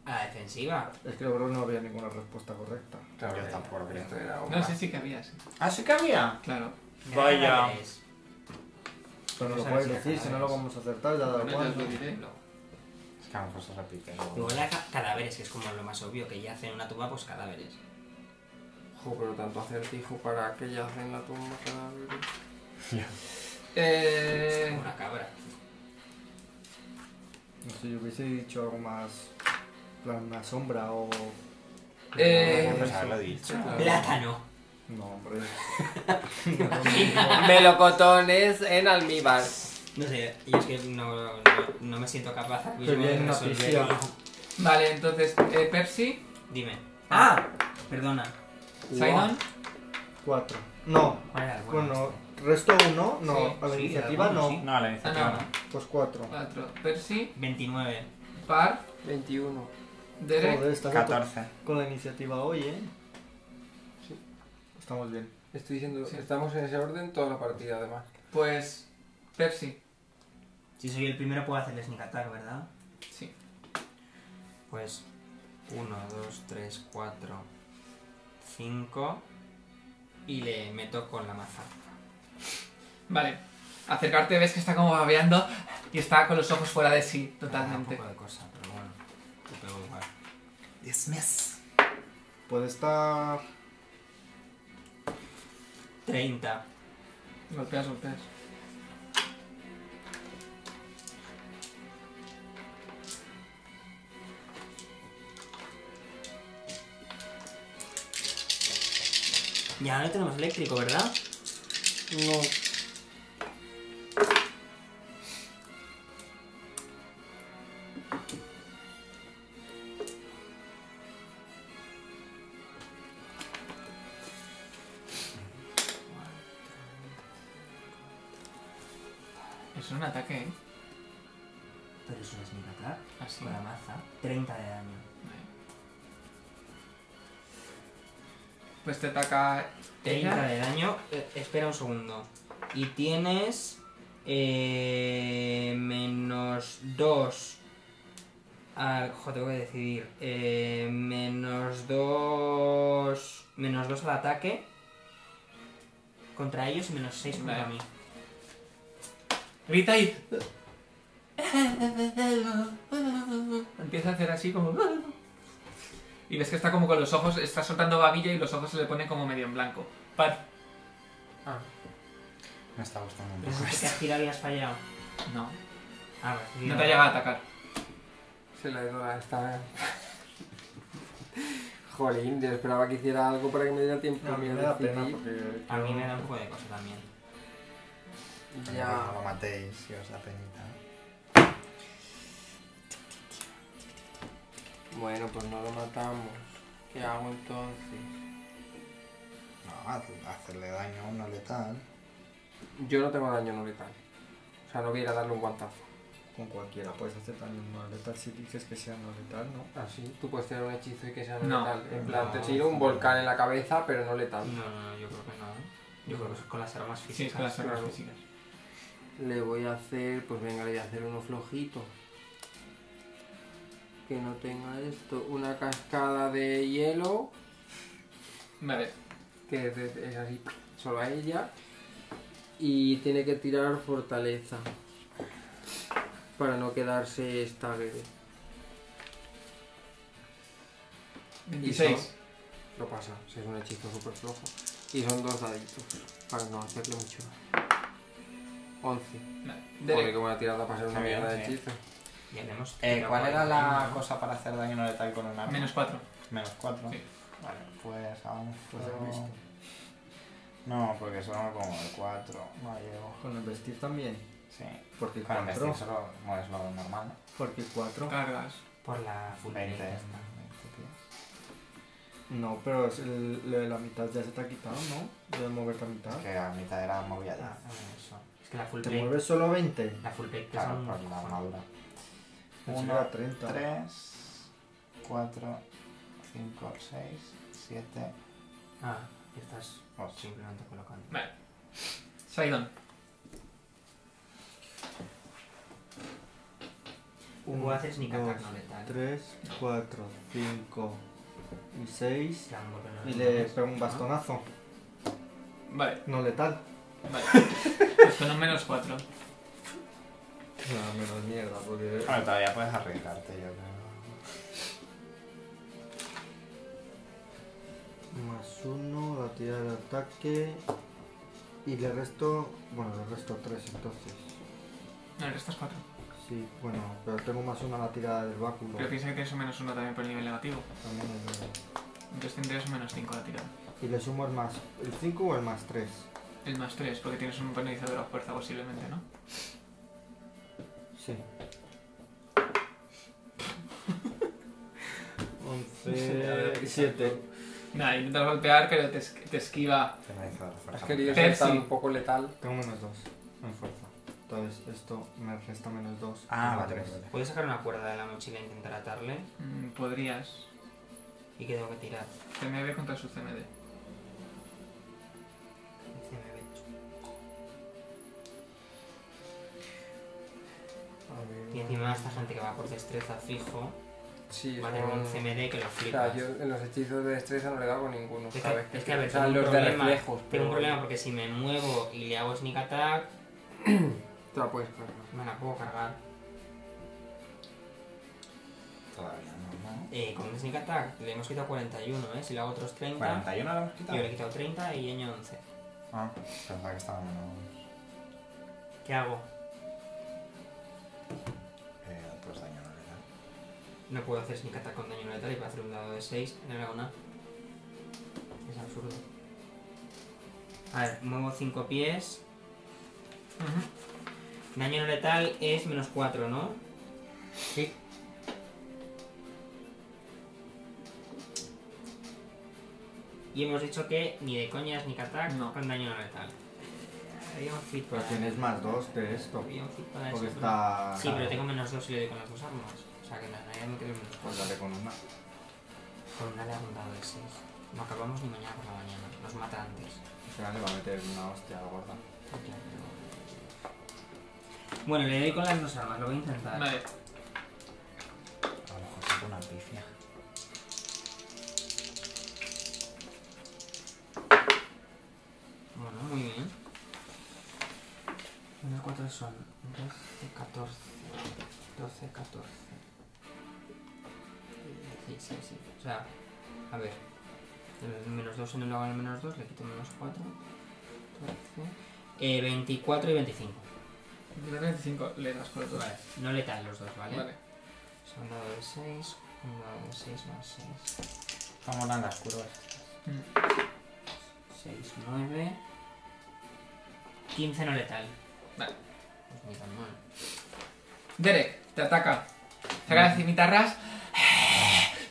[SPEAKER 5] a la defensiva.
[SPEAKER 3] Es que creo que no había ninguna respuesta correcta.
[SPEAKER 1] Claro,
[SPEAKER 4] Yo
[SPEAKER 1] que
[SPEAKER 4] tampoco creo.
[SPEAKER 1] Esto era
[SPEAKER 2] No,
[SPEAKER 1] una-
[SPEAKER 2] sí, sí que había, sí.
[SPEAKER 6] ¿Ah, sí que había?
[SPEAKER 2] Claro.
[SPEAKER 6] Vaya.
[SPEAKER 5] Tres.
[SPEAKER 3] Pero no lo
[SPEAKER 5] Vamos a
[SPEAKER 3] podéis
[SPEAKER 5] ver si
[SPEAKER 3] decir, si no lo
[SPEAKER 5] acabáis.
[SPEAKER 3] vamos a acertar, ya da
[SPEAKER 2] Bueno, ya
[SPEAKER 3] igual.
[SPEAKER 2] os lo diré.
[SPEAKER 4] Es que a lo mejor se repite. ¿no?
[SPEAKER 5] Luego la ca- cadáveres, que es como lo más obvio, que ya hacen una tumba, pues cadáveres.
[SPEAKER 1] Jo, pero tanto acertijo para que ya hacen la tumba cada vez.
[SPEAKER 5] Es
[SPEAKER 2] Eh,
[SPEAKER 5] como una cabra.
[SPEAKER 3] No sé, yo hubiese dicho algo más. en plan, una sombra o.
[SPEAKER 2] Eh,
[SPEAKER 4] Pues haberlo dicho.
[SPEAKER 5] Plátano.
[SPEAKER 3] No, hombre. (laughs)
[SPEAKER 1] Melocotones en almíbar.
[SPEAKER 5] No sé, y es que no, no- no me siento capaz ahora mismo
[SPEAKER 3] bien,
[SPEAKER 5] de
[SPEAKER 3] una
[SPEAKER 5] resolverlo.
[SPEAKER 3] pizca.
[SPEAKER 2] vale, entonces, eh, Percy,
[SPEAKER 5] Dime.
[SPEAKER 6] Ah,
[SPEAKER 5] Perdona.
[SPEAKER 2] Simon,
[SPEAKER 3] 4. No,
[SPEAKER 5] ¿Cuál era el bueno?
[SPEAKER 3] bueno, resto 1, no.
[SPEAKER 2] Sí,
[SPEAKER 3] a la
[SPEAKER 5] sí,
[SPEAKER 3] iniciativa
[SPEAKER 5] alguno,
[SPEAKER 3] no.
[SPEAKER 5] sí.
[SPEAKER 4] No, la
[SPEAKER 2] ah,
[SPEAKER 4] iniciativa
[SPEAKER 2] no,
[SPEAKER 4] no.
[SPEAKER 2] no,
[SPEAKER 3] Pues 4.
[SPEAKER 2] 4. Percy,
[SPEAKER 5] 29.
[SPEAKER 2] Par,
[SPEAKER 1] 21.
[SPEAKER 2] Derek,
[SPEAKER 3] Joder, estás a to-
[SPEAKER 4] 14.
[SPEAKER 3] con la iniciativa hoy, ¿eh?
[SPEAKER 1] Sí.
[SPEAKER 3] Estamos bien.
[SPEAKER 1] Estoy diciendo,
[SPEAKER 2] Sí.
[SPEAKER 1] estamos en ese orden toda la partida además.
[SPEAKER 2] pues Percy.
[SPEAKER 5] Si soy el primero puedo hacerles sneak attack, ¿verdad?
[SPEAKER 2] Sí.
[SPEAKER 5] Pues 1, 2, 3, 4, 5 y le meto con la maza.
[SPEAKER 2] Vale. Acercarte ves que está como babeando y está con los ojos fuera de sí,
[SPEAKER 5] Me
[SPEAKER 2] totalmente.
[SPEAKER 5] da Un poco de cosa, pero bueno, te pego igual.
[SPEAKER 6] dismiss.
[SPEAKER 3] Puede estar.
[SPEAKER 5] 30.
[SPEAKER 2] Golpeas, golpeas.
[SPEAKER 5] Ya no tenemos eléctrico, ¿verdad?
[SPEAKER 1] No,
[SPEAKER 2] Eso es un ataque, ¿eh?
[SPEAKER 5] Pero es un sneak attack
[SPEAKER 2] Así.
[SPEAKER 5] con la maza. 30 de daño.
[SPEAKER 2] Vale. Pues te ataca
[SPEAKER 5] 30
[SPEAKER 2] ella.
[SPEAKER 5] de daño. Eh, espera un segundo. Y tienes. eh, menos 2. Ah, jo, tengo que decidir. Eh, menos 2. Menos 2 al ataque. Contra ellos y menos 6 contra
[SPEAKER 2] Vale.
[SPEAKER 5] mí.
[SPEAKER 2] Grita y... Empieza a hacer así como... Y ves que está como con los ojos, está soltando babilla y los ojos se le ponen como medio en blanco. Par.
[SPEAKER 4] Me está gustando un poco
[SPEAKER 5] Pensé que
[SPEAKER 4] esto.
[SPEAKER 5] has tirado y has fallado.
[SPEAKER 2] No,
[SPEAKER 5] Ah, vale.
[SPEAKER 2] no te ha llegado a atacar.
[SPEAKER 1] se la he dado a
[SPEAKER 3] (laughs)
[SPEAKER 1] esta. Jolín, yo esperaba que hiciera algo para que me diera tiempo.
[SPEAKER 3] A mí me
[SPEAKER 1] a
[SPEAKER 3] da pena
[SPEAKER 1] decidir.
[SPEAKER 3] porque.
[SPEAKER 5] A mí me da un poco de cosa también.
[SPEAKER 1] Ya.
[SPEAKER 4] No lo matéis y os da penita.
[SPEAKER 1] Bueno, pues no lo matamos. ¿Qué hago entonces?
[SPEAKER 4] No, haz- hacerle daño a uno letal.
[SPEAKER 1] Yo no tengo daño no letal. O sea, no voy a ir a darle un guantazo.
[SPEAKER 3] Con cualquiera puedes hacer también no letal si dices que sea no letal, ¿no?
[SPEAKER 1] Así, tú puedes tirar un hechizo y que sea Ah, no,
[SPEAKER 2] No.
[SPEAKER 1] letal. En plan,
[SPEAKER 5] No.
[SPEAKER 1] te tiro un volcán en la cabeza, pero no letal.
[SPEAKER 5] No, no, no, yo creo que no. ¿eh? Yo creo que es con las armas físicas.
[SPEAKER 2] Sí, es con las armas
[SPEAKER 1] claro.
[SPEAKER 2] físicas.
[SPEAKER 1] Le voy a hacer, pues venga, le voy a hacer uno flojito. Que no tenga esto. Una cascada de hielo,
[SPEAKER 2] Vale.
[SPEAKER 1] que es, de- es así, solo a ella. Y tiene que tirar fortaleza. Para no quedarse stagger. son-
[SPEAKER 2] 26.
[SPEAKER 1] Lo pasa, si es un hechizo súper flojo. Y son dos daditos, para no hacerle mucho. 11.
[SPEAKER 2] Vale.
[SPEAKER 1] Joder,
[SPEAKER 2] Derek.
[SPEAKER 1] qué buena tirada para ser una
[SPEAKER 4] Está bien,
[SPEAKER 1] mierda de
[SPEAKER 4] sí.
[SPEAKER 1] hechizo.
[SPEAKER 5] Ya vemos.
[SPEAKER 4] Eh,
[SPEAKER 5] Pero
[SPEAKER 4] ¿Cuál
[SPEAKER 5] bueno,
[SPEAKER 4] era la
[SPEAKER 5] no.
[SPEAKER 4] cosa para hacer daño no letal con un arma?
[SPEAKER 2] Menos 4.
[SPEAKER 4] Menos 4.
[SPEAKER 2] Sí.
[SPEAKER 4] Vale, pues aún
[SPEAKER 3] Pues ya
[SPEAKER 4] puedo-
[SPEAKER 3] listo.
[SPEAKER 4] No, porque solo como el 4. No llego.
[SPEAKER 3] Con el vestir también.
[SPEAKER 4] Sí.
[SPEAKER 3] Porque
[SPEAKER 4] Con el
[SPEAKER 3] 4.
[SPEAKER 4] vestir solo no es lo normal.
[SPEAKER 3] Porque 4.
[SPEAKER 2] Cargas.
[SPEAKER 5] Por la
[SPEAKER 4] 20
[SPEAKER 5] fulminante.
[SPEAKER 4] esta. 20 pies.
[SPEAKER 3] No, pero es el- lo de la mitad ya se te ha quitado, ¿no? Debe moverte a mitad.
[SPEAKER 4] Es que a mitad era movida
[SPEAKER 5] Ah,
[SPEAKER 4] ya.
[SPEAKER 5] ah, eso. Es que la full
[SPEAKER 3] Te
[SPEAKER 5] plate.
[SPEAKER 3] mueves solo 20.
[SPEAKER 5] La full plate pesa
[SPEAKER 4] Claro,
[SPEAKER 5] un
[SPEAKER 4] por la
[SPEAKER 5] mojón.
[SPEAKER 4] armadura.
[SPEAKER 3] Pensé que
[SPEAKER 4] Uno,
[SPEAKER 3] era 30.
[SPEAKER 4] 3, 4, 5, 6, 7,
[SPEAKER 5] Ah, y estás
[SPEAKER 4] 8.
[SPEAKER 5] simplemente colocando.
[SPEAKER 2] Vale. Sidon.
[SPEAKER 5] Hugo hace sneak
[SPEAKER 3] dos,
[SPEAKER 5] attack no letal.
[SPEAKER 3] 3, 4, 5 y 6.
[SPEAKER 5] Ya, porque no
[SPEAKER 3] Y
[SPEAKER 5] es
[SPEAKER 3] le
[SPEAKER 5] normal.
[SPEAKER 3] pego un bastonazo.
[SPEAKER 2] Vale,
[SPEAKER 3] No letal.
[SPEAKER 2] (laughs) vale. Pues con un menos 4.
[SPEAKER 3] No, menos mierda, porque.
[SPEAKER 4] Bueno, todavía puedes arriesgarte, yo creo.
[SPEAKER 3] Más 1, la tirada de ataque. Y le resto. Bueno, le resto 3 entonces.
[SPEAKER 2] No, el resto es 4.
[SPEAKER 3] Sí, bueno, pero tengo más 1 a la tirada del báculo.
[SPEAKER 2] Pero piensa que tienes un menos 1 también por el nivel negativo.
[SPEAKER 3] También es-
[SPEAKER 2] Entonces tendrías un menos 5 la tirada.
[SPEAKER 3] Y le sumo el más. ¿El 5 o el más 3?
[SPEAKER 2] El más 3, porque tienes un penalizador a fuerza posiblemente, ¿no?
[SPEAKER 5] (laughs)
[SPEAKER 3] Sí. 11, 7.
[SPEAKER 2] Nada, intentas golpear, pero te, es- te esquiva.
[SPEAKER 4] Penalizador, por
[SPEAKER 1] Has
[SPEAKER 4] ejemplo.
[SPEAKER 1] querido
[SPEAKER 2] Percy.
[SPEAKER 1] ser tan poco letal.
[SPEAKER 3] Tengo menos 2 en fuerza. Entonces, esto me resta menos 2.
[SPEAKER 4] Ah, vale, vale, vale.
[SPEAKER 5] ¿Puedes sacar una cuerda de la mochila e intentar atarle?
[SPEAKER 2] Mm, podrías.
[SPEAKER 5] ¿Y qué tengo que tirar?
[SPEAKER 2] CMB contra su CMD.
[SPEAKER 5] CMB. Y
[SPEAKER 3] A ver.
[SPEAKER 5] encima esta gente que va por destreza fijo
[SPEAKER 1] Sí,
[SPEAKER 5] va a
[SPEAKER 1] es
[SPEAKER 5] tener
[SPEAKER 1] un-
[SPEAKER 5] un CMD que lo
[SPEAKER 1] O
[SPEAKER 5] flipas.
[SPEAKER 1] sea, yo en los hechizos de destreza no le he dado ninguno,
[SPEAKER 5] Es que-
[SPEAKER 1] ¿sabes?
[SPEAKER 5] es que, a ver,
[SPEAKER 1] o sea,
[SPEAKER 5] tengo un
[SPEAKER 1] los de
[SPEAKER 5] problema,
[SPEAKER 1] reflejos, pero
[SPEAKER 5] Tengo un problema porque si me muevo y le hago sneak attack,
[SPEAKER 1] te la puedes cargar.
[SPEAKER 5] me la puedo cargar.
[SPEAKER 4] Todavía no, ¿no?
[SPEAKER 5] Eh, con un sneak attack le hemos quitado 41, ¿eh? Si le hago otros 30,
[SPEAKER 4] 41 lo hemos
[SPEAKER 5] yo le he
[SPEAKER 4] quitado.
[SPEAKER 5] quitado 30 y año 11.
[SPEAKER 4] Ah, pensaba que estaba menos.
[SPEAKER 5] ¿Qué hago?
[SPEAKER 4] Eh, pues daño no le da.
[SPEAKER 5] No puedo hacer sneak attack con daño no letal y para hacer un dado de 6 en el una. Es absurdo. A ver, muevo 5 pies.
[SPEAKER 2] Ujú.
[SPEAKER 5] Daño no letal es menos 4, ¿no?
[SPEAKER 1] Sí.
[SPEAKER 5] Y hemos dicho que ni de coña sneak attack
[SPEAKER 2] No.
[SPEAKER 5] con daño no letal. Había un fit
[SPEAKER 3] Pero
[SPEAKER 5] para-
[SPEAKER 3] tienes más 2 de esto.
[SPEAKER 5] Había un fit para
[SPEAKER 3] Porque
[SPEAKER 5] eso, pero-
[SPEAKER 3] está.
[SPEAKER 5] Ah, Sí, pero tengo menos 2 y le doy con las dos armas. O sea que nada, ya me quedo en menos 4.
[SPEAKER 3] Pues dale con una.
[SPEAKER 5] Con una le hago un dado de 6. No acabamos ni mañana por la mañana. Nos mata antes.
[SPEAKER 3] Al final le va a meter una hostia a la gorda.
[SPEAKER 5] Bueno, le doy con las dos armas, lo voy a intentar.
[SPEAKER 2] Vale,
[SPEAKER 4] A lo mejor tengo una pifia.
[SPEAKER 5] Bueno, muy bien. Menos 4 son 12, 14, 12, 14. 16, sí, sí. O sea, a ver. El menos 2 en el lado del menos 2, le quito menos 4. 12. Eh, 24 y 25.
[SPEAKER 2] yo creo que 25 le das por otro.
[SPEAKER 5] Vale, no le dan los dos, ¿vale?
[SPEAKER 2] Vale.
[SPEAKER 5] Son un dado de 6, un dado de 6 más 6.
[SPEAKER 4] Estamos en las curvas.
[SPEAKER 5] 6, 9. 15 no letal.
[SPEAKER 2] Vale.
[SPEAKER 5] Pues ni tan mal.
[SPEAKER 2] Derek, te ataca. Saca las cimitarras.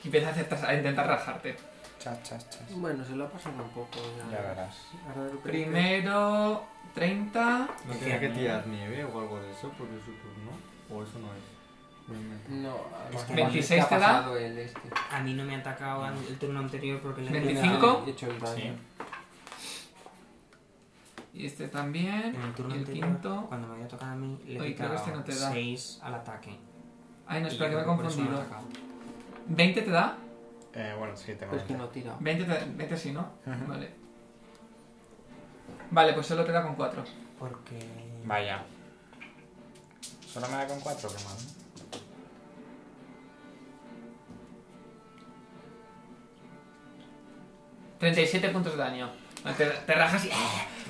[SPEAKER 2] Y empieza a, hacer- a intentar rajarte.
[SPEAKER 4] Chas, chas, chas.
[SPEAKER 1] Bueno, se lo ha pasado un poco ya.
[SPEAKER 4] Ya verás.
[SPEAKER 1] Ahora de repente-
[SPEAKER 2] Primero, 30.
[SPEAKER 3] No tenía que tirar nieve o algo de eso porque es su turno. O eso no es. Me invento.
[SPEAKER 1] No,
[SPEAKER 5] Es que
[SPEAKER 2] 26
[SPEAKER 1] ha
[SPEAKER 2] te da.
[SPEAKER 1] pasado el este.
[SPEAKER 5] A mí no me ha atacado an- el turno anterior porque le
[SPEAKER 2] 25.
[SPEAKER 1] He hecho el daño.
[SPEAKER 4] Sí.
[SPEAKER 2] Y este también.
[SPEAKER 5] En el turno
[SPEAKER 2] Y el
[SPEAKER 5] anterior,
[SPEAKER 2] quinto.
[SPEAKER 5] cuando me había tocado a mí, le he
[SPEAKER 2] Oye, creo que este no te da.
[SPEAKER 5] 6 al ataque.
[SPEAKER 2] Ay, no,
[SPEAKER 5] Y
[SPEAKER 2] espera, que
[SPEAKER 5] yo
[SPEAKER 2] me he
[SPEAKER 5] creo por eso no
[SPEAKER 2] confundido.
[SPEAKER 5] me ha atacado.
[SPEAKER 2] 20 te da.
[SPEAKER 4] Eh, bueno, sí, tengo
[SPEAKER 1] Pero es que
[SPEAKER 4] veinte.
[SPEAKER 1] no tira.
[SPEAKER 2] 20, te, 20 sí, ¿no?
[SPEAKER 4] Ajá.
[SPEAKER 2] Vale. Vale, pues solo te da con 4.
[SPEAKER 5] Porque.
[SPEAKER 4] Vaya. Solo me da con 4, qué mal.
[SPEAKER 2] Vale. 37 puntos de daño. Te, te rajas y...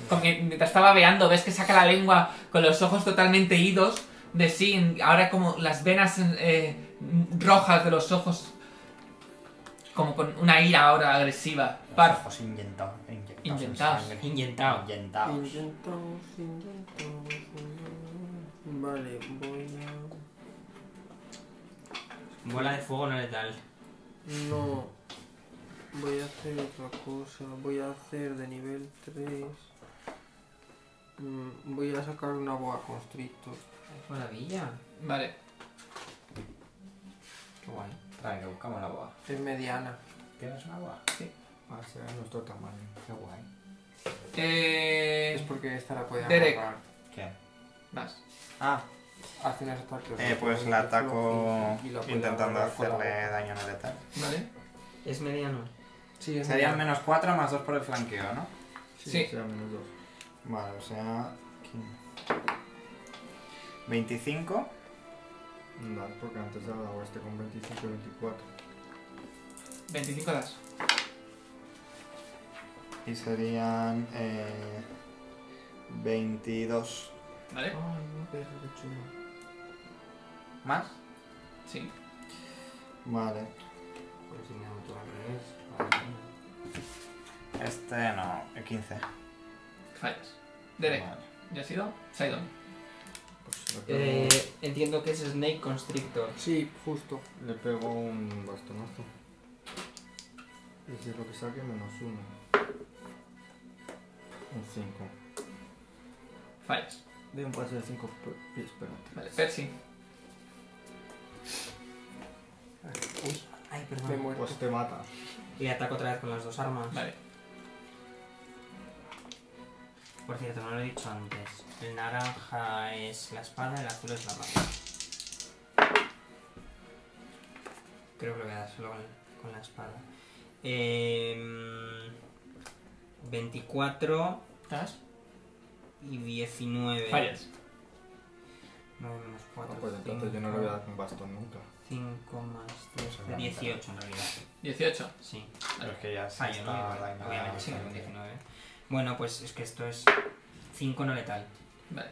[SPEAKER 2] Con, mientras está babeando, ves que saca la lengua con los ojos totalmente idos de sí. Ahora como las venas eh, rojas de los ojos. Como con una ira ahora agresiva. Parf.
[SPEAKER 4] Ojos inyectados. Inyectados. en
[SPEAKER 2] Inyectados.
[SPEAKER 4] sangre.
[SPEAKER 5] Inyentado.
[SPEAKER 4] Inyectados.
[SPEAKER 1] Intentamos, intentamos, intentamos. Vale, voy a...
[SPEAKER 5] Bola de fuego no letal.
[SPEAKER 1] No. Voy a hacer otra cosa. Voy a hacer de nivel 3. Voy a sacar una boa constrictor.
[SPEAKER 5] Qué maravilla.
[SPEAKER 2] Vale.
[SPEAKER 5] Qué guay.
[SPEAKER 4] Trae, buscamos la boa.
[SPEAKER 1] Es mediana.
[SPEAKER 4] ¿Tienes una boa?
[SPEAKER 3] Ah, será nuestro tamaño.
[SPEAKER 4] Qué guay.
[SPEAKER 1] Es
[SPEAKER 2] Eh...
[SPEAKER 1] porque esta la puede
[SPEAKER 2] Derek.
[SPEAKER 1] agarrar.
[SPEAKER 4] ¿Qué?
[SPEAKER 2] Vas.
[SPEAKER 4] Ah,
[SPEAKER 1] Hace unos ataques.
[SPEAKER 4] Eh, pues la ataco
[SPEAKER 1] Y la puedo
[SPEAKER 4] intentando
[SPEAKER 1] agarrar con la
[SPEAKER 4] hacerle
[SPEAKER 1] boca.
[SPEAKER 4] daño no letal.
[SPEAKER 2] ¿Vale?
[SPEAKER 5] Es mediano.
[SPEAKER 1] Sí, es
[SPEAKER 4] Serían
[SPEAKER 1] normal.
[SPEAKER 4] menos 4 más 2 por el flanqueo, ¿no?
[SPEAKER 2] Sí.
[SPEAKER 3] o sea, menos dos.
[SPEAKER 4] Vale, o sea... 15. 25.
[SPEAKER 3] Vale, porque antes daba este con 25 y 24.
[SPEAKER 2] 25 das.
[SPEAKER 4] Y serían... Eh, 22.
[SPEAKER 2] ¿Vale?
[SPEAKER 4] ¿Más?
[SPEAKER 2] Sí.
[SPEAKER 4] Vale.
[SPEAKER 5] Pues si no, tú al revés. Vale.
[SPEAKER 4] Este no, el 15.
[SPEAKER 2] Fallas. Derek,
[SPEAKER 4] Vale.
[SPEAKER 2] ¿ya ha sido? Sidon.
[SPEAKER 3] Pues le pego,
[SPEAKER 5] Eh, entiendo que es Snake Constrictor.
[SPEAKER 1] Sí, justo.
[SPEAKER 3] le pego un bastonazo. Y si es lo que saque, menos uno. Un 5.
[SPEAKER 2] Fallas.
[SPEAKER 3] De un paso de 5 pies, espérate.
[SPEAKER 2] Vale, Percy.
[SPEAKER 1] Uy,
[SPEAKER 5] Ay,
[SPEAKER 1] me he
[SPEAKER 5] perdón.
[SPEAKER 1] muerto.
[SPEAKER 3] Pues te mata.
[SPEAKER 5] Y le ataco otra vez con las dos armas.
[SPEAKER 2] Vale.
[SPEAKER 5] Por cierto, no lo he dicho antes. El naranja es la espada, el azul es la mano. Creo que lo voy a dar solo con, con la espada. Em, 24
[SPEAKER 2] ¿Das?
[SPEAKER 5] y 19.
[SPEAKER 2] Fallas.
[SPEAKER 5] 9 menos 4.
[SPEAKER 3] No, pues entonces yo no le voy a dar un bastón nunca.
[SPEAKER 5] 5 más 3. 18 en realidad.
[SPEAKER 2] 18.
[SPEAKER 5] Sí.
[SPEAKER 4] Pero es que ya se
[SPEAKER 5] Fallo, ¿no?
[SPEAKER 3] Ah,
[SPEAKER 4] está
[SPEAKER 5] Obviamente,
[SPEAKER 4] dañando
[SPEAKER 5] Obviamente, sí,
[SPEAKER 4] bastante.
[SPEAKER 5] 19. Bueno, pues es que esto es 5 no letal.
[SPEAKER 2] Vale.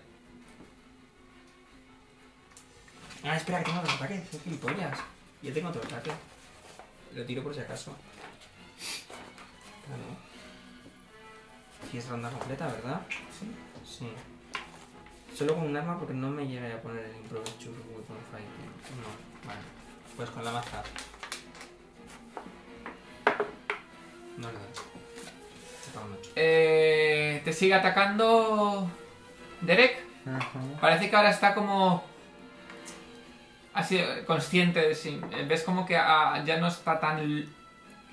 [SPEAKER 5] Ah, espera, que tengo otro ataque. Soy gilipollas. Yo tengo otro ataque. Lo tiro por si acaso. Claro. Si es ronda completa, ¿verdad? Sí. Sí. Solo con un arma porque no me llegaré a poner el Improved Church Weapon Fighting. No, vale. Pues con la maza. No le doy. Saca un ocho.
[SPEAKER 2] Eh, te sigue atacando Derek. Parece que ahora está como así consciente de sí. Ves como que ah, ya no está tan l-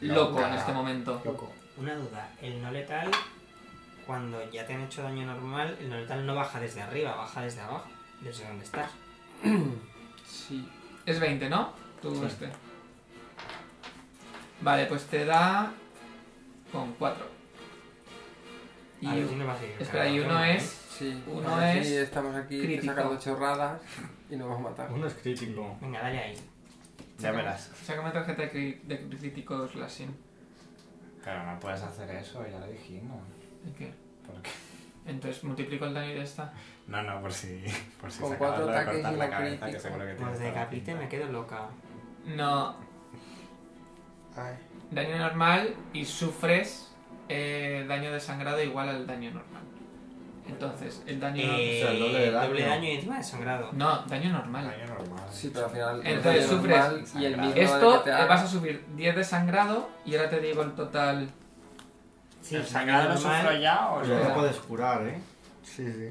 [SPEAKER 2] loco
[SPEAKER 4] Loca.
[SPEAKER 2] en este momento.
[SPEAKER 4] Loco.
[SPEAKER 5] Una duda, el no letal, cuando ya te han hecho daño normal, el no letal no baja desde arriba, baja desde abajo, desde donde estás.
[SPEAKER 1] Sí.
[SPEAKER 2] Es 20, ¿no? Tú este. Vale, pues te da con 4. Y
[SPEAKER 5] A ver si no va a seguir.
[SPEAKER 2] espera,
[SPEAKER 5] cargando,
[SPEAKER 2] y uno
[SPEAKER 5] ¿no?
[SPEAKER 2] es
[SPEAKER 1] Sí,
[SPEAKER 2] Uno
[SPEAKER 1] ahora sí
[SPEAKER 2] es
[SPEAKER 1] estamos aquí
[SPEAKER 2] crítico.
[SPEAKER 1] sacando chorradas y nos vamos a matar.
[SPEAKER 3] Uno es crítico.
[SPEAKER 5] Venga, dale ahí.
[SPEAKER 4] Ya verás.
[SPEAKER 2] Sácame tarjeta de, cri- de crítico slashing.
[SPEAKER 4] Pero no puedes hacer eso, ya lo dijimos.
[SPEAKER 2] ¿En qué?
[SPEAKER 4] ¿Por qué?
[SPEAKER 2] Entonces multiplico el daño y ya está.
[SPEAKER 4] (laughs) No, no, por si, por si
[SPEAKER 1] Con
[SPEAKER 4] se
[SPEAKER 1] cuatro
[SPEAKER 4] acaba de
[SPEAKER 1] ataques
[SPEAKER 4] cortar
[SPEAKER 1] y
[SPEAKER 4] la
[SPEAKER 1] un
[SPEAKER 4] cabeza, que
[SPEAKER 1] crítico.
[SPEAKER 4] seguro que
[SPEAKER 5] Pues
[SPEAKER 4] tiene
[SPEAKER 5] de
[SPEAKER 4] toda la
[SPEAKER 5] capite
[SPEAKER 4] pinta.
[SPEAKER 5] me quedo loca.
[SPEAKER 2] No,
[SPEAKER 1] Ay.
[SPEAKER 2] daño normal y sufres eh, daño de sangrado igual al daño normal. Entonces, el daño...
[SPEAKER 5] Eh,
[SPEAKER 3] o sea, el doble de daño.
[SPEAKER 5] daño y encima de sangrado.
[SPEAKER 2] No, daño normal.
[SPEAKER 4] Daño normal.
[SPEAKER 1] Sí, pero al final.
[SPEAKER 2] Entonces,
[SPEAKER 1] no
[SPEAKER 2] sufres.
[SPEAKER 1] normal Y el mismo daño
[SPEAKER 2] Esto
[SPEAKER 1] que te
[SPEAKER 2] eh,
[SPEAKER 1] haga.
[SPEAKER 2] vas a subir 10 de sangrado y ahora te digo el total...
[SPEAKER 5] Sí,
[SPEAKER 4] ¿El sangrado
[SPEAKER 5] sangrado
[SPEAKER 4] lo
[SPEAKER 5] normal.
[SPEAKER 4] sufro ya o
[SPEAKER 3] Pero
[SPEAKER 4] no?
[SPEAKER 3] no puedes curar, ¿eh?
[SPEAKER 1] Sí, sí.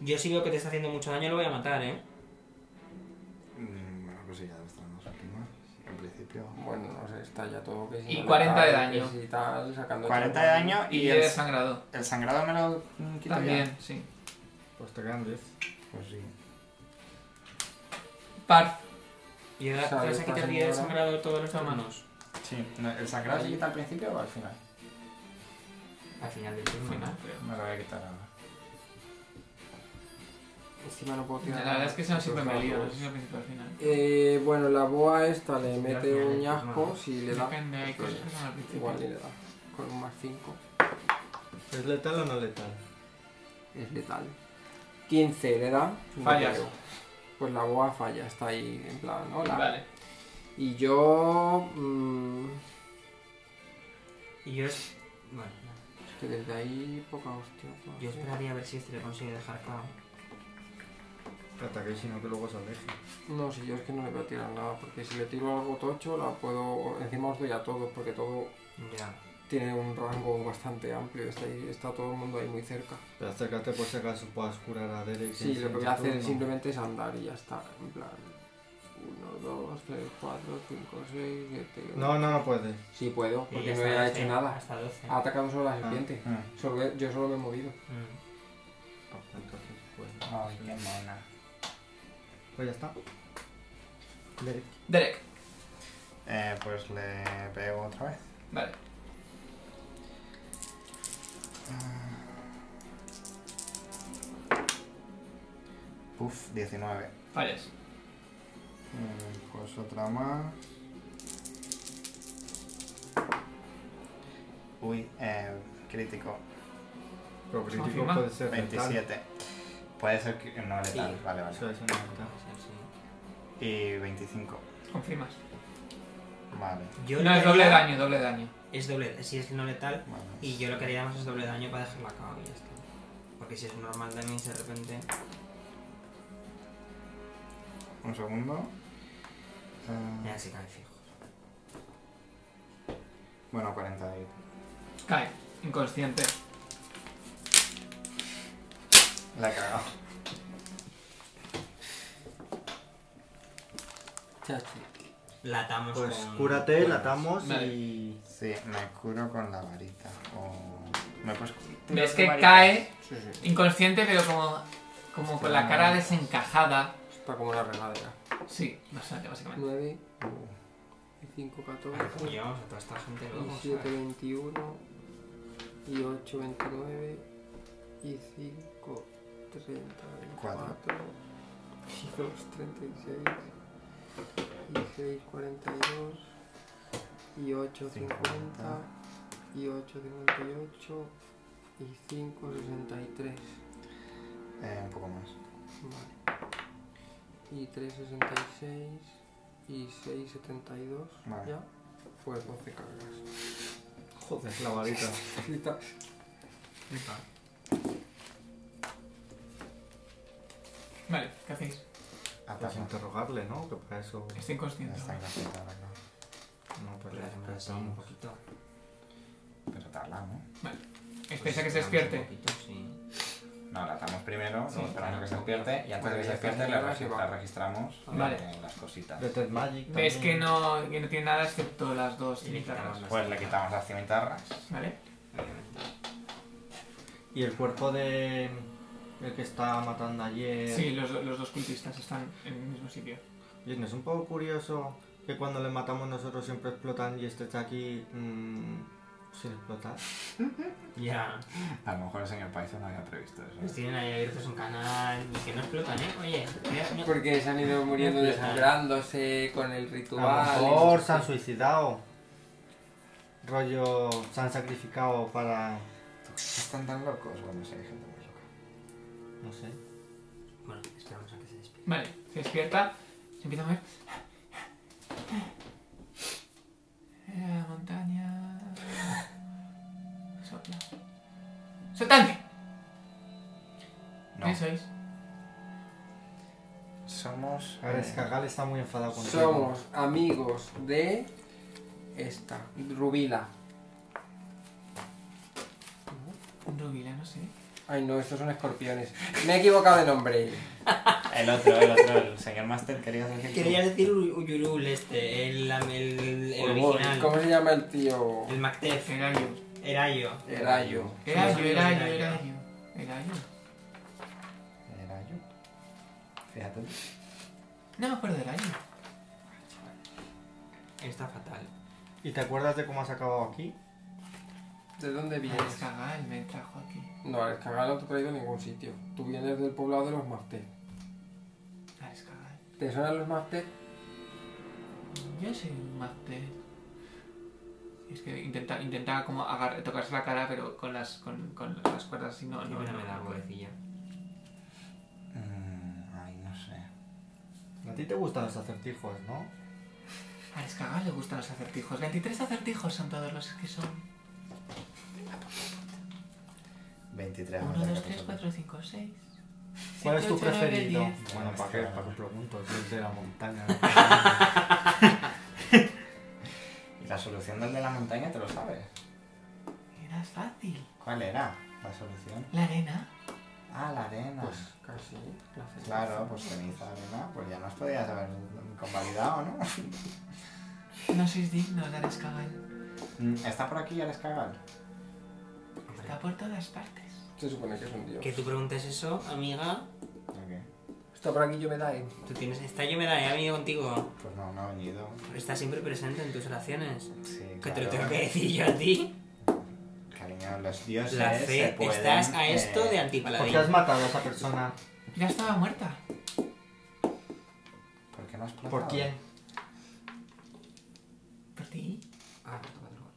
[SPEAKER 5] Yo si veo que te está haciendo mucho daño, lo voy a matar, ¿eh?
[SPEAKER 4] Mm, Bueno, pues sí, ya lo están los últimos. En principio.
[SPEAKER 1] Bueno, no sé, está ya todo que si
[SPEAKER 2] Y
[SPEAKER 1] no le
[SPEAKER 2] 40
[SPEAKER 1] cae,
[SPEAKER 2] de daño.
[SPEAKER 1] que si tal, sacando
[SPEAKER 4] 40 de
[SPEAKER 1] chorradas.
[SPEAKER 4] daño
[SPEAKER 2] Y
[SPEAKER 4] y
[SPEAKER 2] 10 de
[SPEAKER 4] el,
[SPEAKER 2] sangrado.
[SPEAKER 4] el sangrado me lo mm, quito
[SPEAKER 2] También,
[SPEAKER 4] ya.
[SPEAKER 2] sí.
[SPEAKER 3] Pues te quedan 10.
[SPEAKER 4] Pues sí.
[SPEAKER 2] Parf.
[SPEAKER 5] Y ahora
[SPEAKER 1] Sabe,
[SPEAKER 5] ¿sabes a que te
[SPEAKER 1] pasa
[SPEAKER 5] olvides de
[SPEAKER 1] nada.
[SPEAKER 5] sangrado todos los hermanos.
[SPEAKER 4] Sí, no, ¿el sangrado se quita al principio o al final?
[SPEAKER 5] Al final del turno, ¿no?
[SPEAKER 4] Me lo voy a quitar ahora.
[SPEAKER 1] Encima no puedo
[SPEAKER 2] La
[SPEAKER 1] tirar.
[SPEAKER 2] verdad es que eso no
[SPEAKER 1] Los
[SPEAKER 2] siempre me lío, no
[SPEAKER 1] dados.
[SPEAKER 2] sé si al principio o al final.
[SPEAKER 1] Eh, bueno, la boa esta le
[SPEAKER 5] Mira,
[SPEAKER 1] mete
[SPEAKER 5] mira,
[SPEAKER 1] un
[SPEAKER 5] mira.
[SPEAKER 1] ñasco, si le da.
[SPEAKER 2] Depende, hay
[SPEAKER 1] pues,
[SPEAKER 2] cosas que son al principio.
[SPEAKER 1] Igual y le da. Con un más 5.
[SPEAKER 3] ¿Es letal o no letal?
[SPEAKER 1] Es letal. 15 le da. no
[SPEAKER 2] Fallas.
[SPEAKER 1] creo. Pues la boa falla, está ahí en plan, hola.
[SPEAKER 2] Vale.
[SPEAKER 1] Y yo. mm,
[SPEAKER 5] Y yo es... Bueno, no.
[SPEAKER 1] es que desde ahí poca hostia. pues, poca
[SPEAKER 5] yo
[SPEAKER 1] hostia.
[SPEAKER 5] esperaría a ver si este le consigue dejar cao.
[SPEAKER 3] Que ataque, sino que luego se aleje.
[SPEAKER 1] No, si yo es que no le voy a tirar nada, porque si le tiro algo tocho, la puedo. Encima os doy a todos, porque todo
[SPEAKER 5] Ya.
[SPEAKER 1] tiene un rango bastante amplio, está, ahí- está todo el mundo ahí muy cerca.
[SPEAKER 3] Pero acércate por si acaso puedas curar a Derek.
[SPEAKER 1] Sí,
[SPEAKER 3] en
[SPEAKER 1] lo que voy a
[SPEAKER 3] ese
[SPEAKER 1] hacer
[SPEAKER 3] turno.
[SPEAKER 1] simplemente es andar y ya está. En plan. 1, 2, 3, 4, 5, 6, 7.
[SPEAKER 3] No, no, no puede.
[SPEAKER 1] Sí puedo,
[SPEAKER 5] Y
[SPEAKER 1] porque no
[SPEAKER 5] hasta
[SPEAKER 1] he
[SPEAKER 5] 12,
[SPEAKER 1] hecho nada. Ah.
[SPEAKER 5] Hasta 12.
[SPEAKER 1] Ha atacado solo la serpiente.
[SPEAKER 4] Mm.
[SPEAKER 1] Solo- yo solo me he movido.
[SPEAKER 5] Mm.
[SPEAKER 3] Ah, Entonces, pues,
[SPEAKER 4] Ay, qué mona.
[SPEAKER 3] Pues ya está. Derek.
[SPEAKER 2] Derek,
[SPEAKER 4] Eh, pues le pego otra vez.
[SPEAKER 2] vale.
[SPEAKER 4] Ah. Puf, 19.
[SPEAKER 2] Fallas.
[SPEAKER 4] Eh, pues otra más. Uy, eh, crítico.
[SPEAKER 3] Pero crítico
[SPEAKER 2] Confirma.
[SPEAKER 3] puede ser letal.
[SPEAKER 4] 27. Puede ser que no letal, vale,
[SPEAKER 3] O
[SPEAKER 4] vale.
[SPEAKER 3] sea, es una letal.
[SPEAKER 4] Y 25.
[SPEAKER 2] Confirmas.
[SPEAKER 4] Vale,
[SPEAKER 5] Yo
[SPEAKER 2] no,
[SPEAKER 5] lo
[SPEAKER 2] es
[SPEAKER 5] que
[SPEAKER 2] doble
[SPEAKER 5] haría-
[SPEAKER 2] daño, doble daño.
[SPEAKER 5] Es doble, si es no letal.
[SPEAKER 4] vale.
[SPEAKER 5] Y yo lo que haríamos es doble daño para dejarlo acabado y ya está. Porque si es un normal también de repente.
[SPEAKER 4] Un segundo. Eh,
[SPEAKER 5] Ya sí cae fijo.
[SPEAKER 4] bueno, 40 de vida.
[SPEAKER 2] Cae. Inconsciente.
[SPEAKER 4] La he cagado.
[SPEAKER 1] Chachi.
[SPEAKER 5] Latamos
[SPEAKER 3] Pues
[SPEAKER 5] con.
[SPEAKER 3] cúrate,
[SPEAKER 5] con-
[SPEAKER 3] latamos
[SPEAKER 2] Vale.
[SPEAKER 3] y.
[SPEAKER 4] Sí, me curo con la varita. O... ¿Me puedes cu- tirar
[SPEAKER 2] Ves
[SPEAKER 4] de
[SPEAKER 2] que
[SPEAKER 4] varitas?
[SPEAKER 2] cae
[SPEAKER 1] Sí, sí.
[SPEAKER 2] inconsciente, pero como, como con la cara desencajada.
[SPEAKER 1] Está como una regadera.
[SPEAKER 2] Sí, bastante, básicamente.
[SPEAKER 1] 9,
[SPEAKER 4] Uh,
[SPEAKER 1] 5,
[SPEAKER 5] A ver
[SPEAKER 1] 14.
[SPEAKER 5] cómo llevamos a toda esta gente luego.
[SPEAKER 1] y 7,
[SPEAKER 5] ¿sabes?
[SPEAKER 1] 21, y 8, 29, y 5, 34, y 2, 36, y 6, 42, y 8, 50, y 8, 58, y 5, 63.
[SPEAKER 4] eh, un poco más.
[SPEAKER 1] Vale. Y 3, 66, y 6, 72,
[SPEAKER 4] Vale.
[SPEAKER 1] ya. Pues 12 cargas.
[SPEAKER 3] Joder, la varita.
[SPEAKER 5] Epa.
[SPEAKER 2] Vale, ¿qué hacéis?
[SPEAKER 3] Pues
[SPEAKER 4] Atarla.
[SPEAKER 3] interrogarle, ¿no? Que para eso.
[SPEAKER 2] Está inconsciente.
[SPEAKER 4] Está inconsciente ahora, ¿no?
[SPEAKER 3] No, pues
[SPEAKER 5] Pues
[SPEAKER 3] la
[SPEAKER 5] le hacemos así un poquito.
[SPEAKER 4] Pero atarla, ¿no?
[SPEAKER 2] Espera que se
[SPEAKER 5] Pues, le hacemos
[SPEAKER 2] despierte.
[SPEAKER 5] un poquito, sí.
[SPEAKER 4] No, la atamos primero,
[SPEAKER 2] Sí.
[SPEAKER 4] luego esperamos que se despierte y antes de que se despierte la, regi- la registramos eh,
[SPEAKER 2] Vale.
[SPEAKER 4] las cositas.
[SPEAKER 3] Death Magic.
[SPEAKER 2] Ves
[SPEAKER 3] también.
[SPEAKER 2] que no, que no tiene nada excepto las dos
[SPEAKER 5] Y le quitamos
[SPEAKER 2] cimitarras.
[SPEAKER 5] las
[SPEAKER 4] Pues le quitamos las cimitarras.
[SPEAKER 2] ¿Vale?
[SPEAKER 5] obviamente.
[SPEAKER 3] Y el cuerpo de. El que está matando ayer.
[SPEAKER 5] Eh.
[SPEAKER 2] Sí, los, do- los dos cultistas están en el mismo sitio.
[SPEAKER 3] Y es un poco curioso que cuando le matamos nosotros siempre explotan y este está aquí. mm, sin explotar.
[SPEAKER 5] Ya.
[SPEAKER 4] (laughs) A lo mejor el señor Paiso no había previsto
[SPEAKER 5] Pues
[SPEAKER 4] eso.
[SPEAKER 5] tienen ahí abiertos un canal y que no explotan, ¿eh? Oye, cuidado, no-
[SPEAKER 1] Porque se han ido muriendo desangrándose con el
[SPEAKER 3] A
[SPEAKER 1] ritual.
[SPEAKER 3] lo mejor se han suicidado. Rollo, se han sacrificado para.
[SPEAKER 4] Están tan locos. Bueno, sí, hay gente muy loca.
[SPEAKER 3] No sé.
[SPEAKER 5] Bueno, esperamos a que se despierta.
[SPEAKER 2] Vale, se despierta, se empieza a mover. Eh,
[SPEAKER 5] (laughs)
[SPEAKER 2] montaña. Sopla. ¡Soltadme!
[SPEAKER 4] No.
[SPEAKER 2] ¿Qué sois?
[SPEAKER 4] Somos.
[SPEAKER 3] A ver,
[SPEAKER 4] eh,
[SPEAKER 3] es que Agal está muy enfadado contigo.
[SPEAKER 1] Somos amigos de esta, Rubila.
[SPEAKER 2] Rubila, no sé.
[SPEAKER 1] Ay no, estos son escorpiones. Me he equivocado de nombre.
[SPEAKER 4] El otro, el otro, el señor Master quería decir. tú?
[SPEAKER 5] Quería decir Uy- Uyurul este, el, el, el
[SPEAKER 1] Urbón.
[SPEAKER 5] original.
[SPEAKER 1] ¿Cómo se llama el tío?
[SPEAKER 5] El Mactef,
[SPEAKER 2] Era yo.
[SPEAKER 5] era yo.
[SPEAKER 1] Era yo.
[SPEAKER 2] Era
[SPEAKER 5] Sí,
[SPEAKER 2] yo, era
[SPEAKER 5] era
[SPEAKER 2] yo,
[SPEAKER 5] yo.
[SPEAKER 2] era yo. Era yo.
[SPEAKER 4] Era yo. Fíjate.
[SPEAKER 2] No me acuerdo del año.
[SPEAKER 5] Está fatal.
[SPEAKER 3] ¿Y te acuerdas de cómo has acabado aquí?
[SPEAKER 1] ¿De dónde vienes?
[SPEAKER 2] Cagal me trajo aquí.
[SPEAKER 1] No, al Escagal no te he traído a ningún sitio. Tú vienes del poblado de los Mafté.
[SPEAKER 2] Alex Cagal.
[SPEAKER 1] ¿Te suenan los Mafté?
[SPEAKER 2] Yo soy un máster. Es que intenta, intenta como agar- tocarse la cara, pero con las, con, con las cuerdas así no.
[SPEAKER 5] No,
[SPEAKER 2] no,
[SPEAKER 5] me
[SPEAKER 2] no,
[SPEAKER 5] da
[SPEAKER 2] no.
[SPEAKER 5] huevecilla.
[SPEAKER 4] Mm, ay, no sé.
[SPEAKER 3] A ti te gustan los acertijos, ¿no?
[SPEAKER 2] A Descagal le gustan los acertijos. 23 acertijos son todos los que son.
[SPEAKER 4] 23
[SPEAKER 2] 1,
[SPEAKER 4] vamos a
[SPEAKER 2] 2,
[SPEAKER 4] sacar
[SPEAKER 2] 3,
[SPEAKER 4] nosotros.
[SPEAKER 2] 4, 5, 6.
[SPEAKER 3] ¿Cuál
[SPEAKER 2] pues
[SPEAKER 3] es tu preferido? Bueno,
[SPEAKER 4] Bueno,
[SPEAKER 3] ¿para qué?
[SPEAKER 4] es que-
[SPEAKER 3] ¿Para qué pregunto? Yo el de la montaña.
[SPEAKER 4] ¿Y la solución del de la montaña te lo sabes?
[SPEAKER 2] Era fácil.
[SPEAKER 4] ¿Cuál era la solución?
[SPEAKER 2] La arena.
[SPEAKER 4] Ah, la arena.
[SPEAKER 1] Pues casi. la ceniza.
[SPEAKER 4] Claro, pues ceniza, arena, pues ya nos podías haber convalidado, ¿no?
[SPEAKER 2] No sois dignos de Alex Cagal.
[SPEAKER 4] Mm, ¿Está por aquí Alex Cagal?
[SPEAKER 2] Está por todas partes.
[SPEAKER 1] Se supone que es un dios.
[SPEAKER 5] Que tú preguntes eso, amiga,
[SPEAKER 4] Ok.
[SPEAKER 1] Está por aquí yo me da. eh.
[SPEAKER 5] Tú tienes. Está yo me da, he venido contigo.
[SPEAKER 4] Pues no, no ha venido.
[SPEAKER 5] Está siempre presente en tus oraciones.
[SPEAKER 4] Sí,
[SPEAKER 5] Que te
[SPEAKER 4] claro.
[SPEAKER 5] lo tengo que decir yo a ti.
[SPEAKER 4] Cariño, los dioses
[SPEAKER 5] La
[SPEAKER 4] se
[SPEAKER 5] fe,
[SPEAKER 4] pueden,
[SPEAKER 5] estás a
[SPEAKER 4] eh,
[SPEAKER 5] esto de
[SPEAKER 3] ¿Por qué has
[SPEAKER 5] antipaladín.
[SPEAKER 3] matado a esa persona?
[SPEAKER 2] Ya estaba muerta.
[SPEAKER 4] ¿Por qué no has
[SPEAKER 3] ¿Por
[SPEAKER 4] plantado?
[SPEAKER 3] quién?
[SPEAKER 2] Por ti.
[SPEAKER 5] Ah, toma, toma.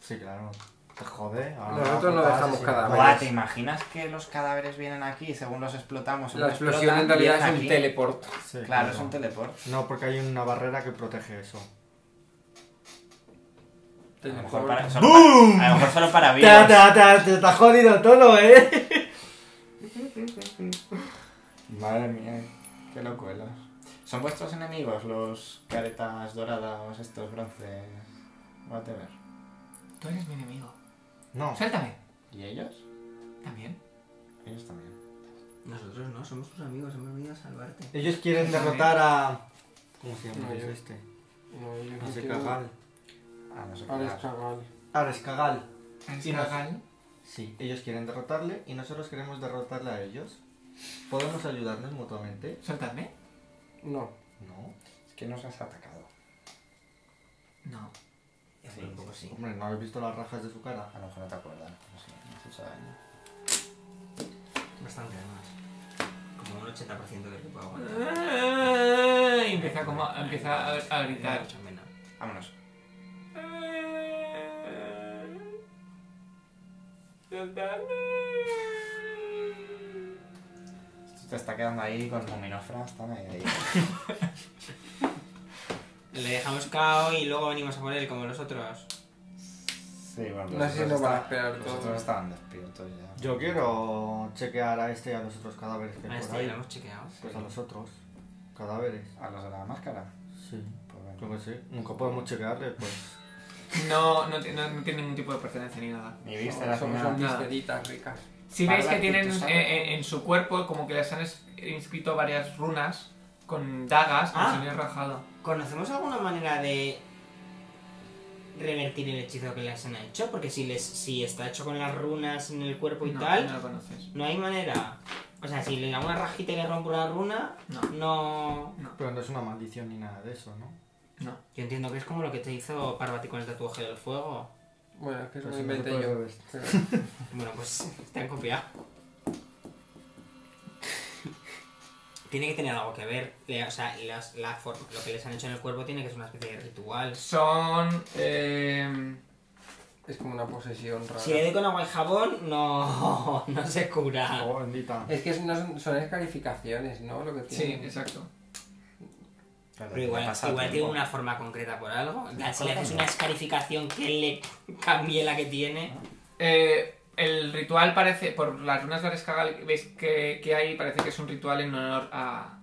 [SPEAKER 3] Sí, claro. Te jode. Ah, pues ahora
[SPEAKER 1] Nosotros no
[SPEAKER 3] putas,
[SPEAKER 1] dejamos
[SPEAKER 3] sí,
[SPEAKER 1] cada
[SPEAKER 3] vaya.
[SPEAKER 4] Buah, ¿te imaginas que los cadáveres vienen aquí y según los explotamos? según
[SPEAKER 1] La explosión
[SPEAKER 4] explotan,
[SPEAKER 1] en realidad
[SPEAKER 4] vienen
[SPEAKER 1] es un
[SPEAKER 4] aquí?
[SPEAKER 1] teleport.
[SPEAKER 3] Sí,
[SPEAKER 4] Claro, es un teleport.
[SPEAKER 3] No, porque hay una barrera que protege eso.
[SPEAKER 4] A lo mejor
[SPEAKER 1] Teleport.
[SPEAKER 4] para, solo para, a lo mejor solo para vivos.
[SPEAKER 3] te está jodido todo, eh.
[SPEAKER 4] Madre mía, qué locuelos. ¿Son vuestros enemigos los caretas doradas, estos bronces? Whatever.
[SPEAKER 2] Tú eres mi enemigo.
[SPEAKER 3] No,
[SPEAKER 2] Suéltame.
[SPEAKER 4] ¿Y ellos?
[SPEAKER 2] También.
[SPEAKER 4] Ellos también.
[SPEAKER 5] Nosotros no, somos tus amigos, hemos venido a salvarte.
[SPEAKER 3] ellos quieren derrotar a. ¿Cómo se llama
[SPEAKER 1] No, yo-
[SPEAKER 3] este?
[SPEAKER 1] No, yo
[SPEAKER 3] No sé,
[SPEAKER 1] quiero-
[SPEAKER 3] Cagal.
[SPEAKER 4] Ah, no sé qué.
[SPEAKER 1] Ahora es
[SPEAKER 4] más.
[SPEAKER 1] Cagal.
[SPEAKER 3] Ares Cagal.
[SPEAKER 2] Eres
[SPEAKER 3] Y nos-
[SPEAKER 2] Cagal.
[SPEAKER 3] Sí, ellos quieren derrotarle y nosotros queremos derrotarle a ellos. ¿Podemos ayudarnos mutuamente?
[SPEAKER 2] Suéltame.
[SPEAKER 1] No.
[SPEAKER 3] No.
[SPEAKER 4] Es que nos has atacado.
[SPEAKER 2] No.
[SPEAKER 4] Sí,
[SPEAKER 5] un poco sí.
[SPEAKER 3] Hombre, ¿no habéis visto las rajas de su cara?
[SPEAKER 4] A lo mejor no te acuerdas. No sé, no has hecho daño.
[SPEAKER 5] Bastante además. Como un 80% del que puedo aguantar.
[SPEAKER 2] Y empieza como empieza a, a gritar.
[SPEAKER 5] Mucha pena.
[SPEAKER 4] Vámonos. Esto te está quedando ahí con muminofras, están ahí. ahí.
[SPEAKER 5] Le dejamos cao y luego venimos a por él como los otros.
[SPEAKER 4] Sí, bueno,
[SPEAKER 1] No sé si
[SPEAKER 4] nosotros
[SPEAKER 1] nos van a
[SPEAKER 4] está-
[SPEAKER 1] esperar
[SPEAKER 4] los otros
[SPEAKER 1] todos.
[SPEAKER 4] estaban despiertos ya.
[SPEAKER 3] Yo quiero chequear a este y a los otros cadáveres que hay
[SPEAKER 5] A
[SPEAKER 3] por
[SPEAKER 5] este
[SPEAKER 3] ahí.
[SPEAKER 5] ya lo hemos chequeado.
[SPEAKER 3] Pues a los otros cadáveres.
[SPEAKER 4] ¿A los de la máscara?
[SPEAKER 3] Sí.
[SPEAKER 4] Pues venga.
[SPEAKER 3] Creo que sí. Nunca podemos chequearle, pues.
[SPEAKER 2] No, no, ti- no, no tiene ningún tipo de pertenencia ni nada.
[SPEAKER 4] Ni
[SPEAKER 1] Somos
[SPEAKER 4] viste la
[SPEAKER 1] unas
[SPEAKER 4] señora.
[SPEAKER 2] nada.
[SPEAKER 1] viseritas ricas.
[SPEAKER 2] Si
[SPEAKER 4] Vale,
[SPEAKER 2] veis que
[SPEAKER 4] vale,
[SPEAKER 2] tienen
[SPEAKER 4] tú sabes.
[SPEAKER 2] eh, eh, en su cuerpo como que les han es- inscrito varias runas con dagas que
[SPEAKER 5] Ah.
[SPEAKER 2] se les han rajado.
[SPEAKER 5] ¿Conocemos alguna manera de revertir el hechizo que les han hecho? Porque si les si está hecho con las runas en el cuerpo y
[SPEAKER 2] No,
[SPEAKER 5] tal,
[SPEAKER 2] no
[SPEAKER 5] no.
[SPEAKER 2] lo conoces.
[SPEAKER 5] hay manera. O sea, si le da una rajita y le rompo una runa,
[SPEAKER 2] No,
[SPEAKER 5] no.
[SPEAKER 3] Pero no es una maldición ni nada de eso, ¿no?
[SPEAKER 2] no.
[SPEAKER 5] Yo entiendo que es como lo que te hizo Parvati con el tatuaje del fuego.
[SPEAKER 1] Bueno, es que eso
[SPEAKER 3] Pero
[SPEAKER 1] lo
[SPEAKER 3] si no
[SPEAKER 1] inventé
[SPEAKER 3] se
[SPEAKER 1] yo.
[SPEAKER 3] puede saber.
[SPEAKER 1] pero-
[SPEAKER 5] Bueno, pues (laughs) te han copiado. tiene que tener algo que ver. Le- O sea, las- la forma, lo que les han hecho en el cuerpo tiene que ser una especie de ritual.
[SPEAKER 2] Son... eh,
[SPEAKER 1] Es como una posesión rara.
[SPEAKER 5] Si le doy con agua y jabón, no, (laughs) no se cura.
[SPEAKER 3] Oh, bendita.
[SPEAKER 1] Es que no son, son escarificaciones, ¿no? Lo que
[SPEAKER 2] sí,
[SPEAKER 1] tienen.
[SPEAKER 2] exacto.
[SPEAKER 4] Claro,
[SPEAKER 5] Pero igual,
[SPEAKER 4] ya pasa el
[SPEAKER 5] igual tiene
[SPEAKER 4] tiempo.
[SPEAKER 5] una forma concreta por algo. O sea, Si le haces
[SPEAKER 4] Coño.
[SPEAKER 5] una escarificación que le cambie la que tiene.
[SPEAKER 2] Eh, el ritual parece, por las runas de Arescagal, veis que, que hay, parece que es un ritual en honor a,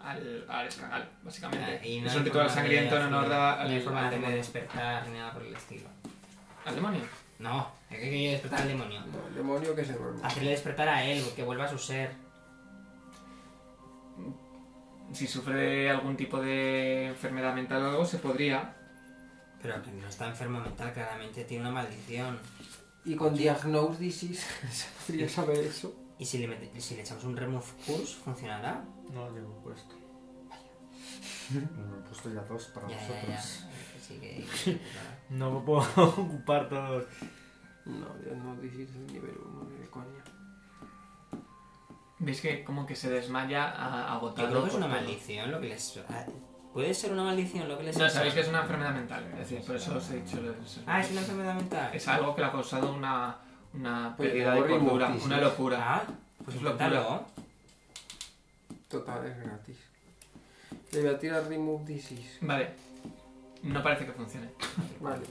[SPEAKER 2] al, a Arescagal, básicamente.
[SPEAKER 5] eh, Ah, Y no
[SPEAKER 2] es
[SPEAKER 5] hay
[SPEAKER 2] un ritual
[SPEAKER 5] forma
[SPEAKER 2] sangriento
[SPEAKER 5] de
[SPEAKER 2] en honor
[SPEAKER 5] hacer-
[SPEAKER 2] a-
[SPEAKER 5] No hay
[SPEAKER 2] al,
[SPEAKER 5] forma
[SPEAKER 2] al
[SPEAKER 5] de hacerme
[SPEAKER 2] demonio.
[SPEAKER 5] despertar ni nada por el estilo.
[SPEAKER 2] ¿Al demonio?
[SPEAKER 5] No, es que quería despertar al demonio.
[SPEAKER 1] El demonio que se duerme.
[SPEAKER 5] Hacerle despertar a él, que vuelva a su ser.
[SPEAKER 2] Si sufre algún tipo de enfermedad mental o algo, se podría.
[SPEAKER 5] Pero que no está enfermo mental, claramente tiene una maldición.
[SPEAKER 1] Y con Diagnose (laughs) Disease se podría saber eso.
[SPEAKER 5] Y si le, mete- si le echamos un remove curse, ¿funcionará?
[SPEAKER 3] No lo llevo puesto. Me he puesto ya dos para
[SPEAKER 5] Ya, ya,
[SPEAKER 3] vosotros.
[SPEAKER 5] ya. Sí
[SPEAKER 2] (laughs)
[SPEAKER 5] que...
[SPEAKER 3] No me puedo (laughs) ocupar todos.
[SPEAKER 1] No, Diagnose Disease es nivel 1, ni de coña.
[SPEAKER 2] Veis que como que se desmaya a- agotado.
[SPEAKER 5] Yo creo que es
[SPEAKER 2] por
[SPEAKER 5] una
[SPEAKER 2] todo.
[SPEAKER 5] maldición lo que les... ah, ¿Puede ser una maldición lo que les
[SPEAKER 2] No,
[SPEAKER 5] echan?
[SPEAKER 2] sabéis que es una enfermedad mental, es decir, por eso os he dicho... lo-
[SPEAKER 5] Ah, es una enfermedad mental.
[SPEAKER 2] Es algo que le ha causado una, una
[SPEAKER 1] Pues
[SPEAKER 2] pérdida de
[SPEAKER 1] horrible,
[SPEAKER 2] cordura,
[SPEAKER 1] muchísimo.
[SPEAKER 2] una locura.
[SPEAKER 5] Ah, pues inténtalo.
[SPEAKER 1] Total, es gratis. Le voy a tirar Remove Disease.
[SPEAKER 2] Vale, no parece que funcione.
[SPEAKER 1] Vale.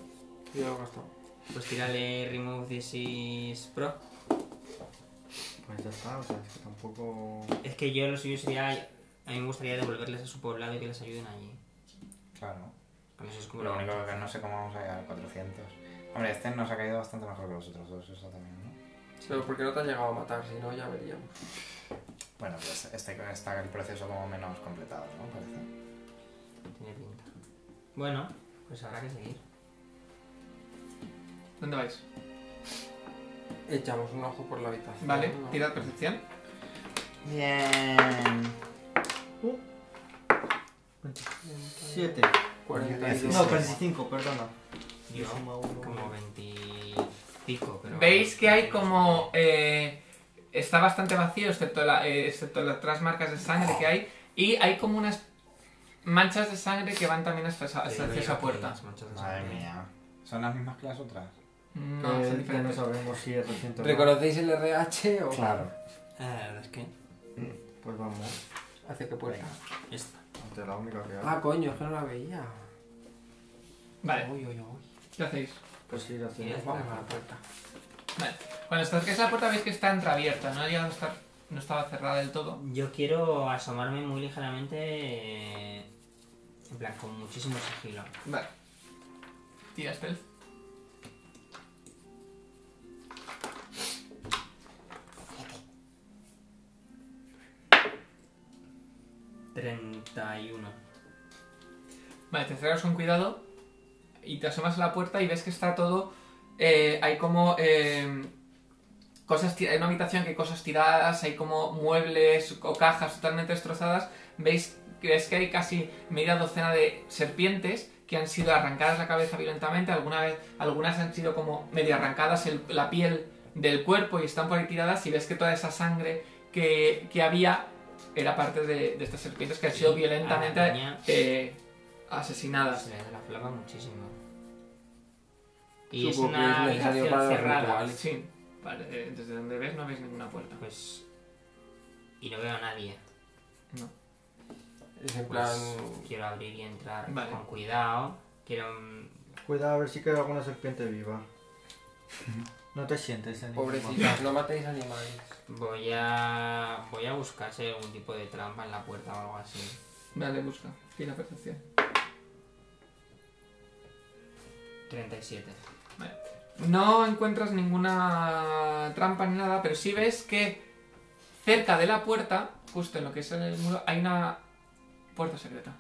[SPEAKER 1] Ya lo he gastado.
[SPEAKER 5] Pues tírale Remove Disease Pro.
[SPEAKER 3] Pues ya está, o sea, es que tampoco.
[SPEAKER 5] Es que yo lo suyo sería... A mí me gustaría devolverles a su poblado y que les ayuden allí.
[SPEAKER 4] Claro.
[SPEAKER 5] Con eso es como...
[SPEAKER 4] Lo único que no sé cómo vamos a llegar a 400. Hombre, este nos ha caído bastante mejor que los otros dos, eso también, ¿no?
[SPEAKER 1] Pero porque no te ha llegado a matar, si no ya veríamos.
[SPEAKER 4] Bueno, pues este está el proceso como menos completado, ¿no? Parece.
[SPEAKER 5] Tiene pinta. Bueno, pues habrá que seguir.
[SPEAKER 2] ¿Dónde vais?
[SPEAKER 1] Echamos un ojo por la habitación.
[SPEAKER 2] Vale,
[SPEAKER 1] ¿no?
[SPEAKER 2] tirad percepción.
[SPEAKER 4] Bien.
[SPEAKER 3] 7.
[SPEAKER 1] 42.
[SPEAKER 3] No, 45, perdona.
[SPEAKER 5] Yo,
[SPEAKER 3] Suma uno. Eh,
[SPEAKER 5] como veintipico, pero...
[SPEAKER 2] Veis que hay como. eh, está bastante vacío, excepto, la, eh, excepto las tres marcas de sangre que hay. Y hay como unas manchas de sangre que van también hacia, esa- hacia esa puerta.
[SPEAKER 4] Madre mía. ¿Son las mismas que las otras?
[SPEAKER 2] No, son
[SPEAKER 3] Eh, ya no
[SPEAKER 2] diferentes.
[SPEAKER 3] sabemos si es reciente o no.
[SPEAKER 1] ¿Reconocéis el RH o
[SPEAKER 4] Claro.
[SPEAKER 5] Eh, La verdad es que
[SPEAKER 3] Pues vamos.
[SPEAKER 1] hace que puerta?
[SPEAKER 5] esta.
[SPEAKER 3] Ante la única que hay.
[SPEAKER 1] Ah, coño, es que no la veía.
[SPEAKER 2] Vale,
[SPEAKER 1] Uy, uy, uy.
[SPEAKER 2] ¿qué hacéis?
[SPEAKER 3] Pues ir hacia
[SPEAKER 5] Bien.
[SPEAKER 1] Vamos a la puerta.
[SPEAKER 2] Vale. Cuando acercáis a la puerta veis que está entreabierta, no ha llegado a estar. No estaba cerrada del todo.
[SPEAKER 5] Yo quiero asomarme muy ligeramente, eh, en plan, con muchísimo sigilo.
[SPEAKER 2] Vale. Tira stealth.
[SPEAKER 5] Treinta y uno.
[SPEAKER 2] Vale, te acercas con cuidado y te asomas a la puerta y ves que está todo. eh, hay como. eh, cosas ti- Hay una habitación que hay cosas tiradas, hay como muebles o cajas totalmente destrozadas. Veis ves que hay casi media docena de serpientes que han sido arrancadas la cabeza violentamente. Alguna vez, algunas han sido como medio arrancadas el- la piel del cuerpo y están por ahí tiradas. Y ves que toda esa sangre que, que había era parte de, de estas serpientes que han sido
[SPEAKER 5] Sí, Ah,
[SPEAKER 2] violentamente
[SPEAKER 5] a la niña.
[SPEAKER 2] eh, asesinadas.
[SPEAKER 5] Se le da la flapa muchísimo. Y
[SPEAKER 1] Supongo
[SPEAKER 5] es una
[SPEAKER 1] que es necesario
[SPEAKER 5] habitación
[SPEAKER 1] para los
[SPEAKER 5] cerrada.
[SPEAKER 1] rituales.
[SPEAKER 2] Sí, vale, eh, desde donde ves no veis ninguna puerta.
[SPEAKER 5] Pues... Y no veo a nadie.
[SPEAKER 2] No.
[SPEAKER 1] Es en
[SPEAKER 5] Pues
[SPEAKER 1] plan.
[SPEAKER 5] quiero abrir y entrar
[SPEAKER 2] Vale.
[SPEAKER 5] con cuidado. Quiero... mm,
[SPEAKER 3] Cuidado a ver si queda alguna serpiente viva. No te sientes, en ningún momento.
[SPEAKER 1] Pobrecitas, no matéis animales.
[SPEAKER 5] Voy a... Voy a buscar si hay algún tipo de trampa en la puerta o algo así.
[SPEAKER 2] Vale, busca. Tira percepción.
[SPEAKER 5] 37.
[SPEAKER 2] No encuentras ninguna trampa ni nada, pero sí ves que cerca de la puerta, justo en lo que es el muro, hay una puerta secreta.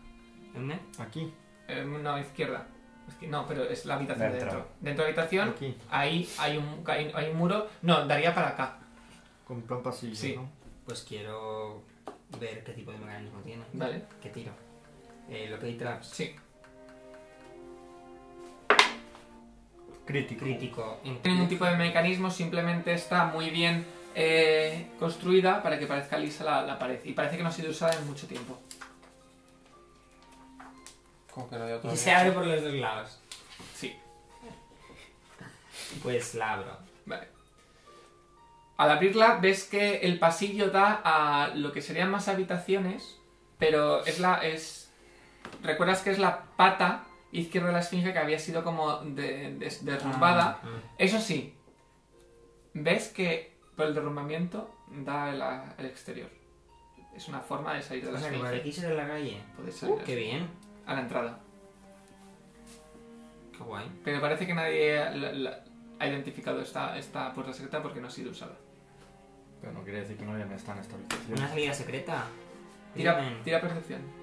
[SPEAKER 5] ¿Dónde?
[SPEAKER 3] Aquí,
[SPEAKER 2] Eh, no, izquierda. Izqui- No, pero es la habitación de
[SPEAKER 4] Dentro.
[SPEAKER 2] dentro. Dentro de la habitación,
[SPEAKER 3] aquí,
[SPEAKER 2] ahí hay un, hay, hay un muro. No, daría para acá.
[SPEAKER 3] con plan pasillo,
[SPEAKER 2] Sí.
[SPEAKER 3] ¿no?
[SPEAKER 5] Pues quiero ver qué tipo de mecanismo tiene.
[SPEAKER 2] Vale,
[SPEAKER 5] ¿Qué tiro? Eh, lo que hay traps.
[SPEAKER 2] sí.
[SPEAKER 4] Crítico.
[SPEAKER 5] Crítico. En...
[SPEAKER 2] tiene ningún tipo de mecanismo, simplemente está muy bien eh, construida para que parezca lisa la, la pared. Y parece que no ha sido usada en mucho tiempo.
[SPEAKER 1] Como que no hay otro.
[SPEAKER 5] (laughs) Y se abre por los dos lados.
[SPEAKER 2] Sí,
[SPEAKER 5] Pues la abro.
[SPEAKER 2] vale. Al abrirla ves que el pasillo da a lo que serían más habitaciones, pero es la... es ¿Recuerdas que es la pata izquierda de la esfinge que había sido como de- des- derrumbada?
[SPEAKER 1] Ah,
[SPEAKER 5] Mm.
[SPEAKER 2] Eso sí, ves que por el derrumbamiento da el, el exterior. Es una forma de salir de
[SPEAKER 5] O
[SPEAKER 2] la
[SPEAKER 5] sea, que por
[SPEAKER 2] esfinge.
[SPEAKER 5] aquí se ve la calle.
[SPEAKER 2] Podéis salir
[SPEAKER 5] Uh, qué bien.
[SPEAKER 2] a la entrada.
[SPEAKER 5] Qué guay.
[SPEAKER 2] Pero parece que nadie la- la- ha identificado esta, esta puerta secreta porque no ha sido usada.
[SPEAKER 3] Pero no quiere decir que no hayan estado en esta
[SPEAKER 5] Una
[SPEAKER 3] habitación.
[SPEAKER 5] salida secreta.
[SPEAKER 2] Tira,
[SPEAKER 5] Crimen.
[SPEAKER 2] tira percepción.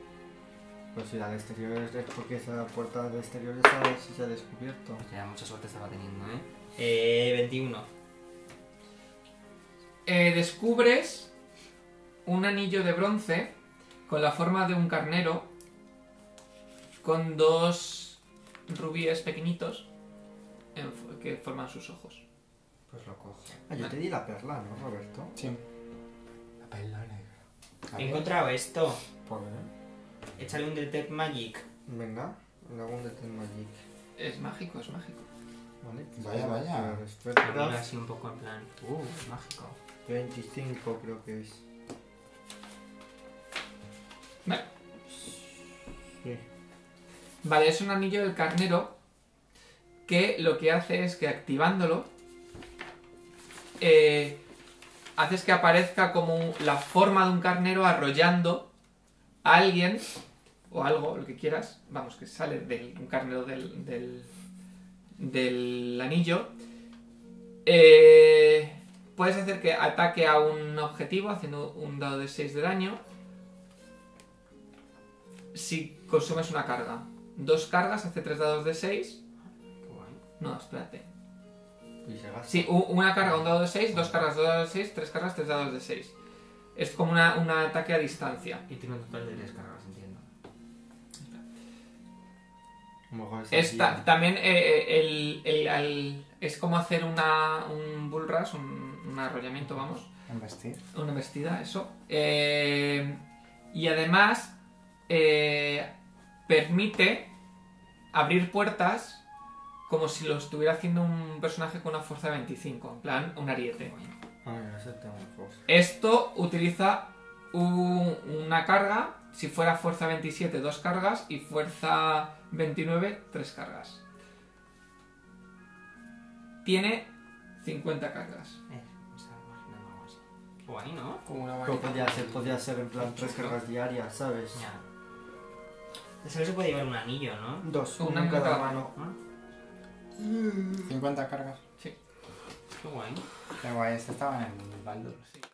[SPEAKER 3] Pues si la de exterior es porque esa puerta de exterior ya está, si se ha descubierto.
[SPEAKER 5] O sea, mucha suerte estaba teniendo, ¿eh? Eh, 21.
[SPEAKER 2] Eh, descubres un anillo de bronce con la forma de un carnero con dos rubíes pequeñitos en f- que forman sus ojos.
[SPEAKER 5] Pues lo cojo.
[SPEAKER 3] Ah, yo te di la perla, ¿no, Roberto?
[SPEAKER 4] Sí.
[SPEAKER 1] La perla negra.
[SPEAKER 4] A
[SPEAKER 5] He
[SPEAKER 4] ver.
[SPEAKER 5] encontrado esto.
[SPEAKER 3] Por ver.
[SPEAKER 5] Échale un Detect Magic.
[SPEAKER 3] Venga, le hago un Detect Magic.
[SPEAKER 2] Es mágico, es mágico.
[SPEAKER 3] ¿Vale? pues
[SPEAKER 4] Vaya, vaya.
[SPEAKER 3] Pero
[SPEAKER 5] Me miro
[SPEAKER 3] espera,
[SPEAKER 5] así un poco en plan. Uh, mágico.
[SPEAKER 3] 25 creo que es.
[SPEAKER 2] Vale.
[SPEAKER 3] Sí.
[SPEAKER 2] Vale, es un anillo del carnero que lo que hace es que activándolo eh, haces que aparezca como un- la forma de un carnero arrollando a alguien o algo, lo que quieras, vamos, que sale de un carnero del, del, del anillo. Eh, puedes hacer que ataque a un objetivo haciendo un dado de 6 de daño si consumes una carga. Dos cargas hace tres dados de 6.
[SPEAKER 5] Qué guay.
[SPEAKER 2] No, espérate.
[SPEAKER 3] Y se gasta.
[SPEAKER 2] Sí, u- una carga, un dado de 6, dos cargas, dos dados de 6, tres cargas, tres dados de 6. Es como una, un ataque a distancia.
[SPEAKER 5] Y tiene un total de tres cargas, entiendo.
[SPEAKER 3] A lo mejor es
[SPEAKER 2] Es ta-
[SPEAKER 3] aquí.
[SPEAKER 2] también eh, eh, el, el- al- es como hacer una, un bull rush, un, un arrollamiento, vamos,
[SPEAKER 4] En vestir.
[SPEAKER 2] una vestida, eso. Eh, y además eh, permite abrir puertas como si lo estuviera haciendo un personaje con una fuerza de 25, en plan un ariete.
[SPEAKER 3] Ah, mira, ese tengo mejor.
[SPEAKER 2] Esto utiliza un- una carga, si fuera fuerza 27, dos cargas, y fuerza 29, tres cargas. Tiene 50 cargas.
[SPEAKER 5] Eh, me estaba imaginando algo así. Guay, ¿no?
[SPEAKER 1] Como una
[SPEAKER 3] Pero
[SPEAKER 1] varita.
[SPEAKER 3] podía ser, podía ser en plan tres cargas diarias, ¿sabes?
[SPEAKER 5] Ya. Solo se puede llevar un anillo, ¿no?
[SPEAKER 3] Dos,
[SPEAKER 2] Una
[SPEAKER 3] una en cada
[SPEAKER 2] cada-
[SPEAKER 3] mano.
[SPEAKER 4] 50 cargas.
[SPEAKER 5] Qué guay.
[SPEAKER 4] Qué guay, este estaba en el Baldur.
[SPEAKER 2] Sí.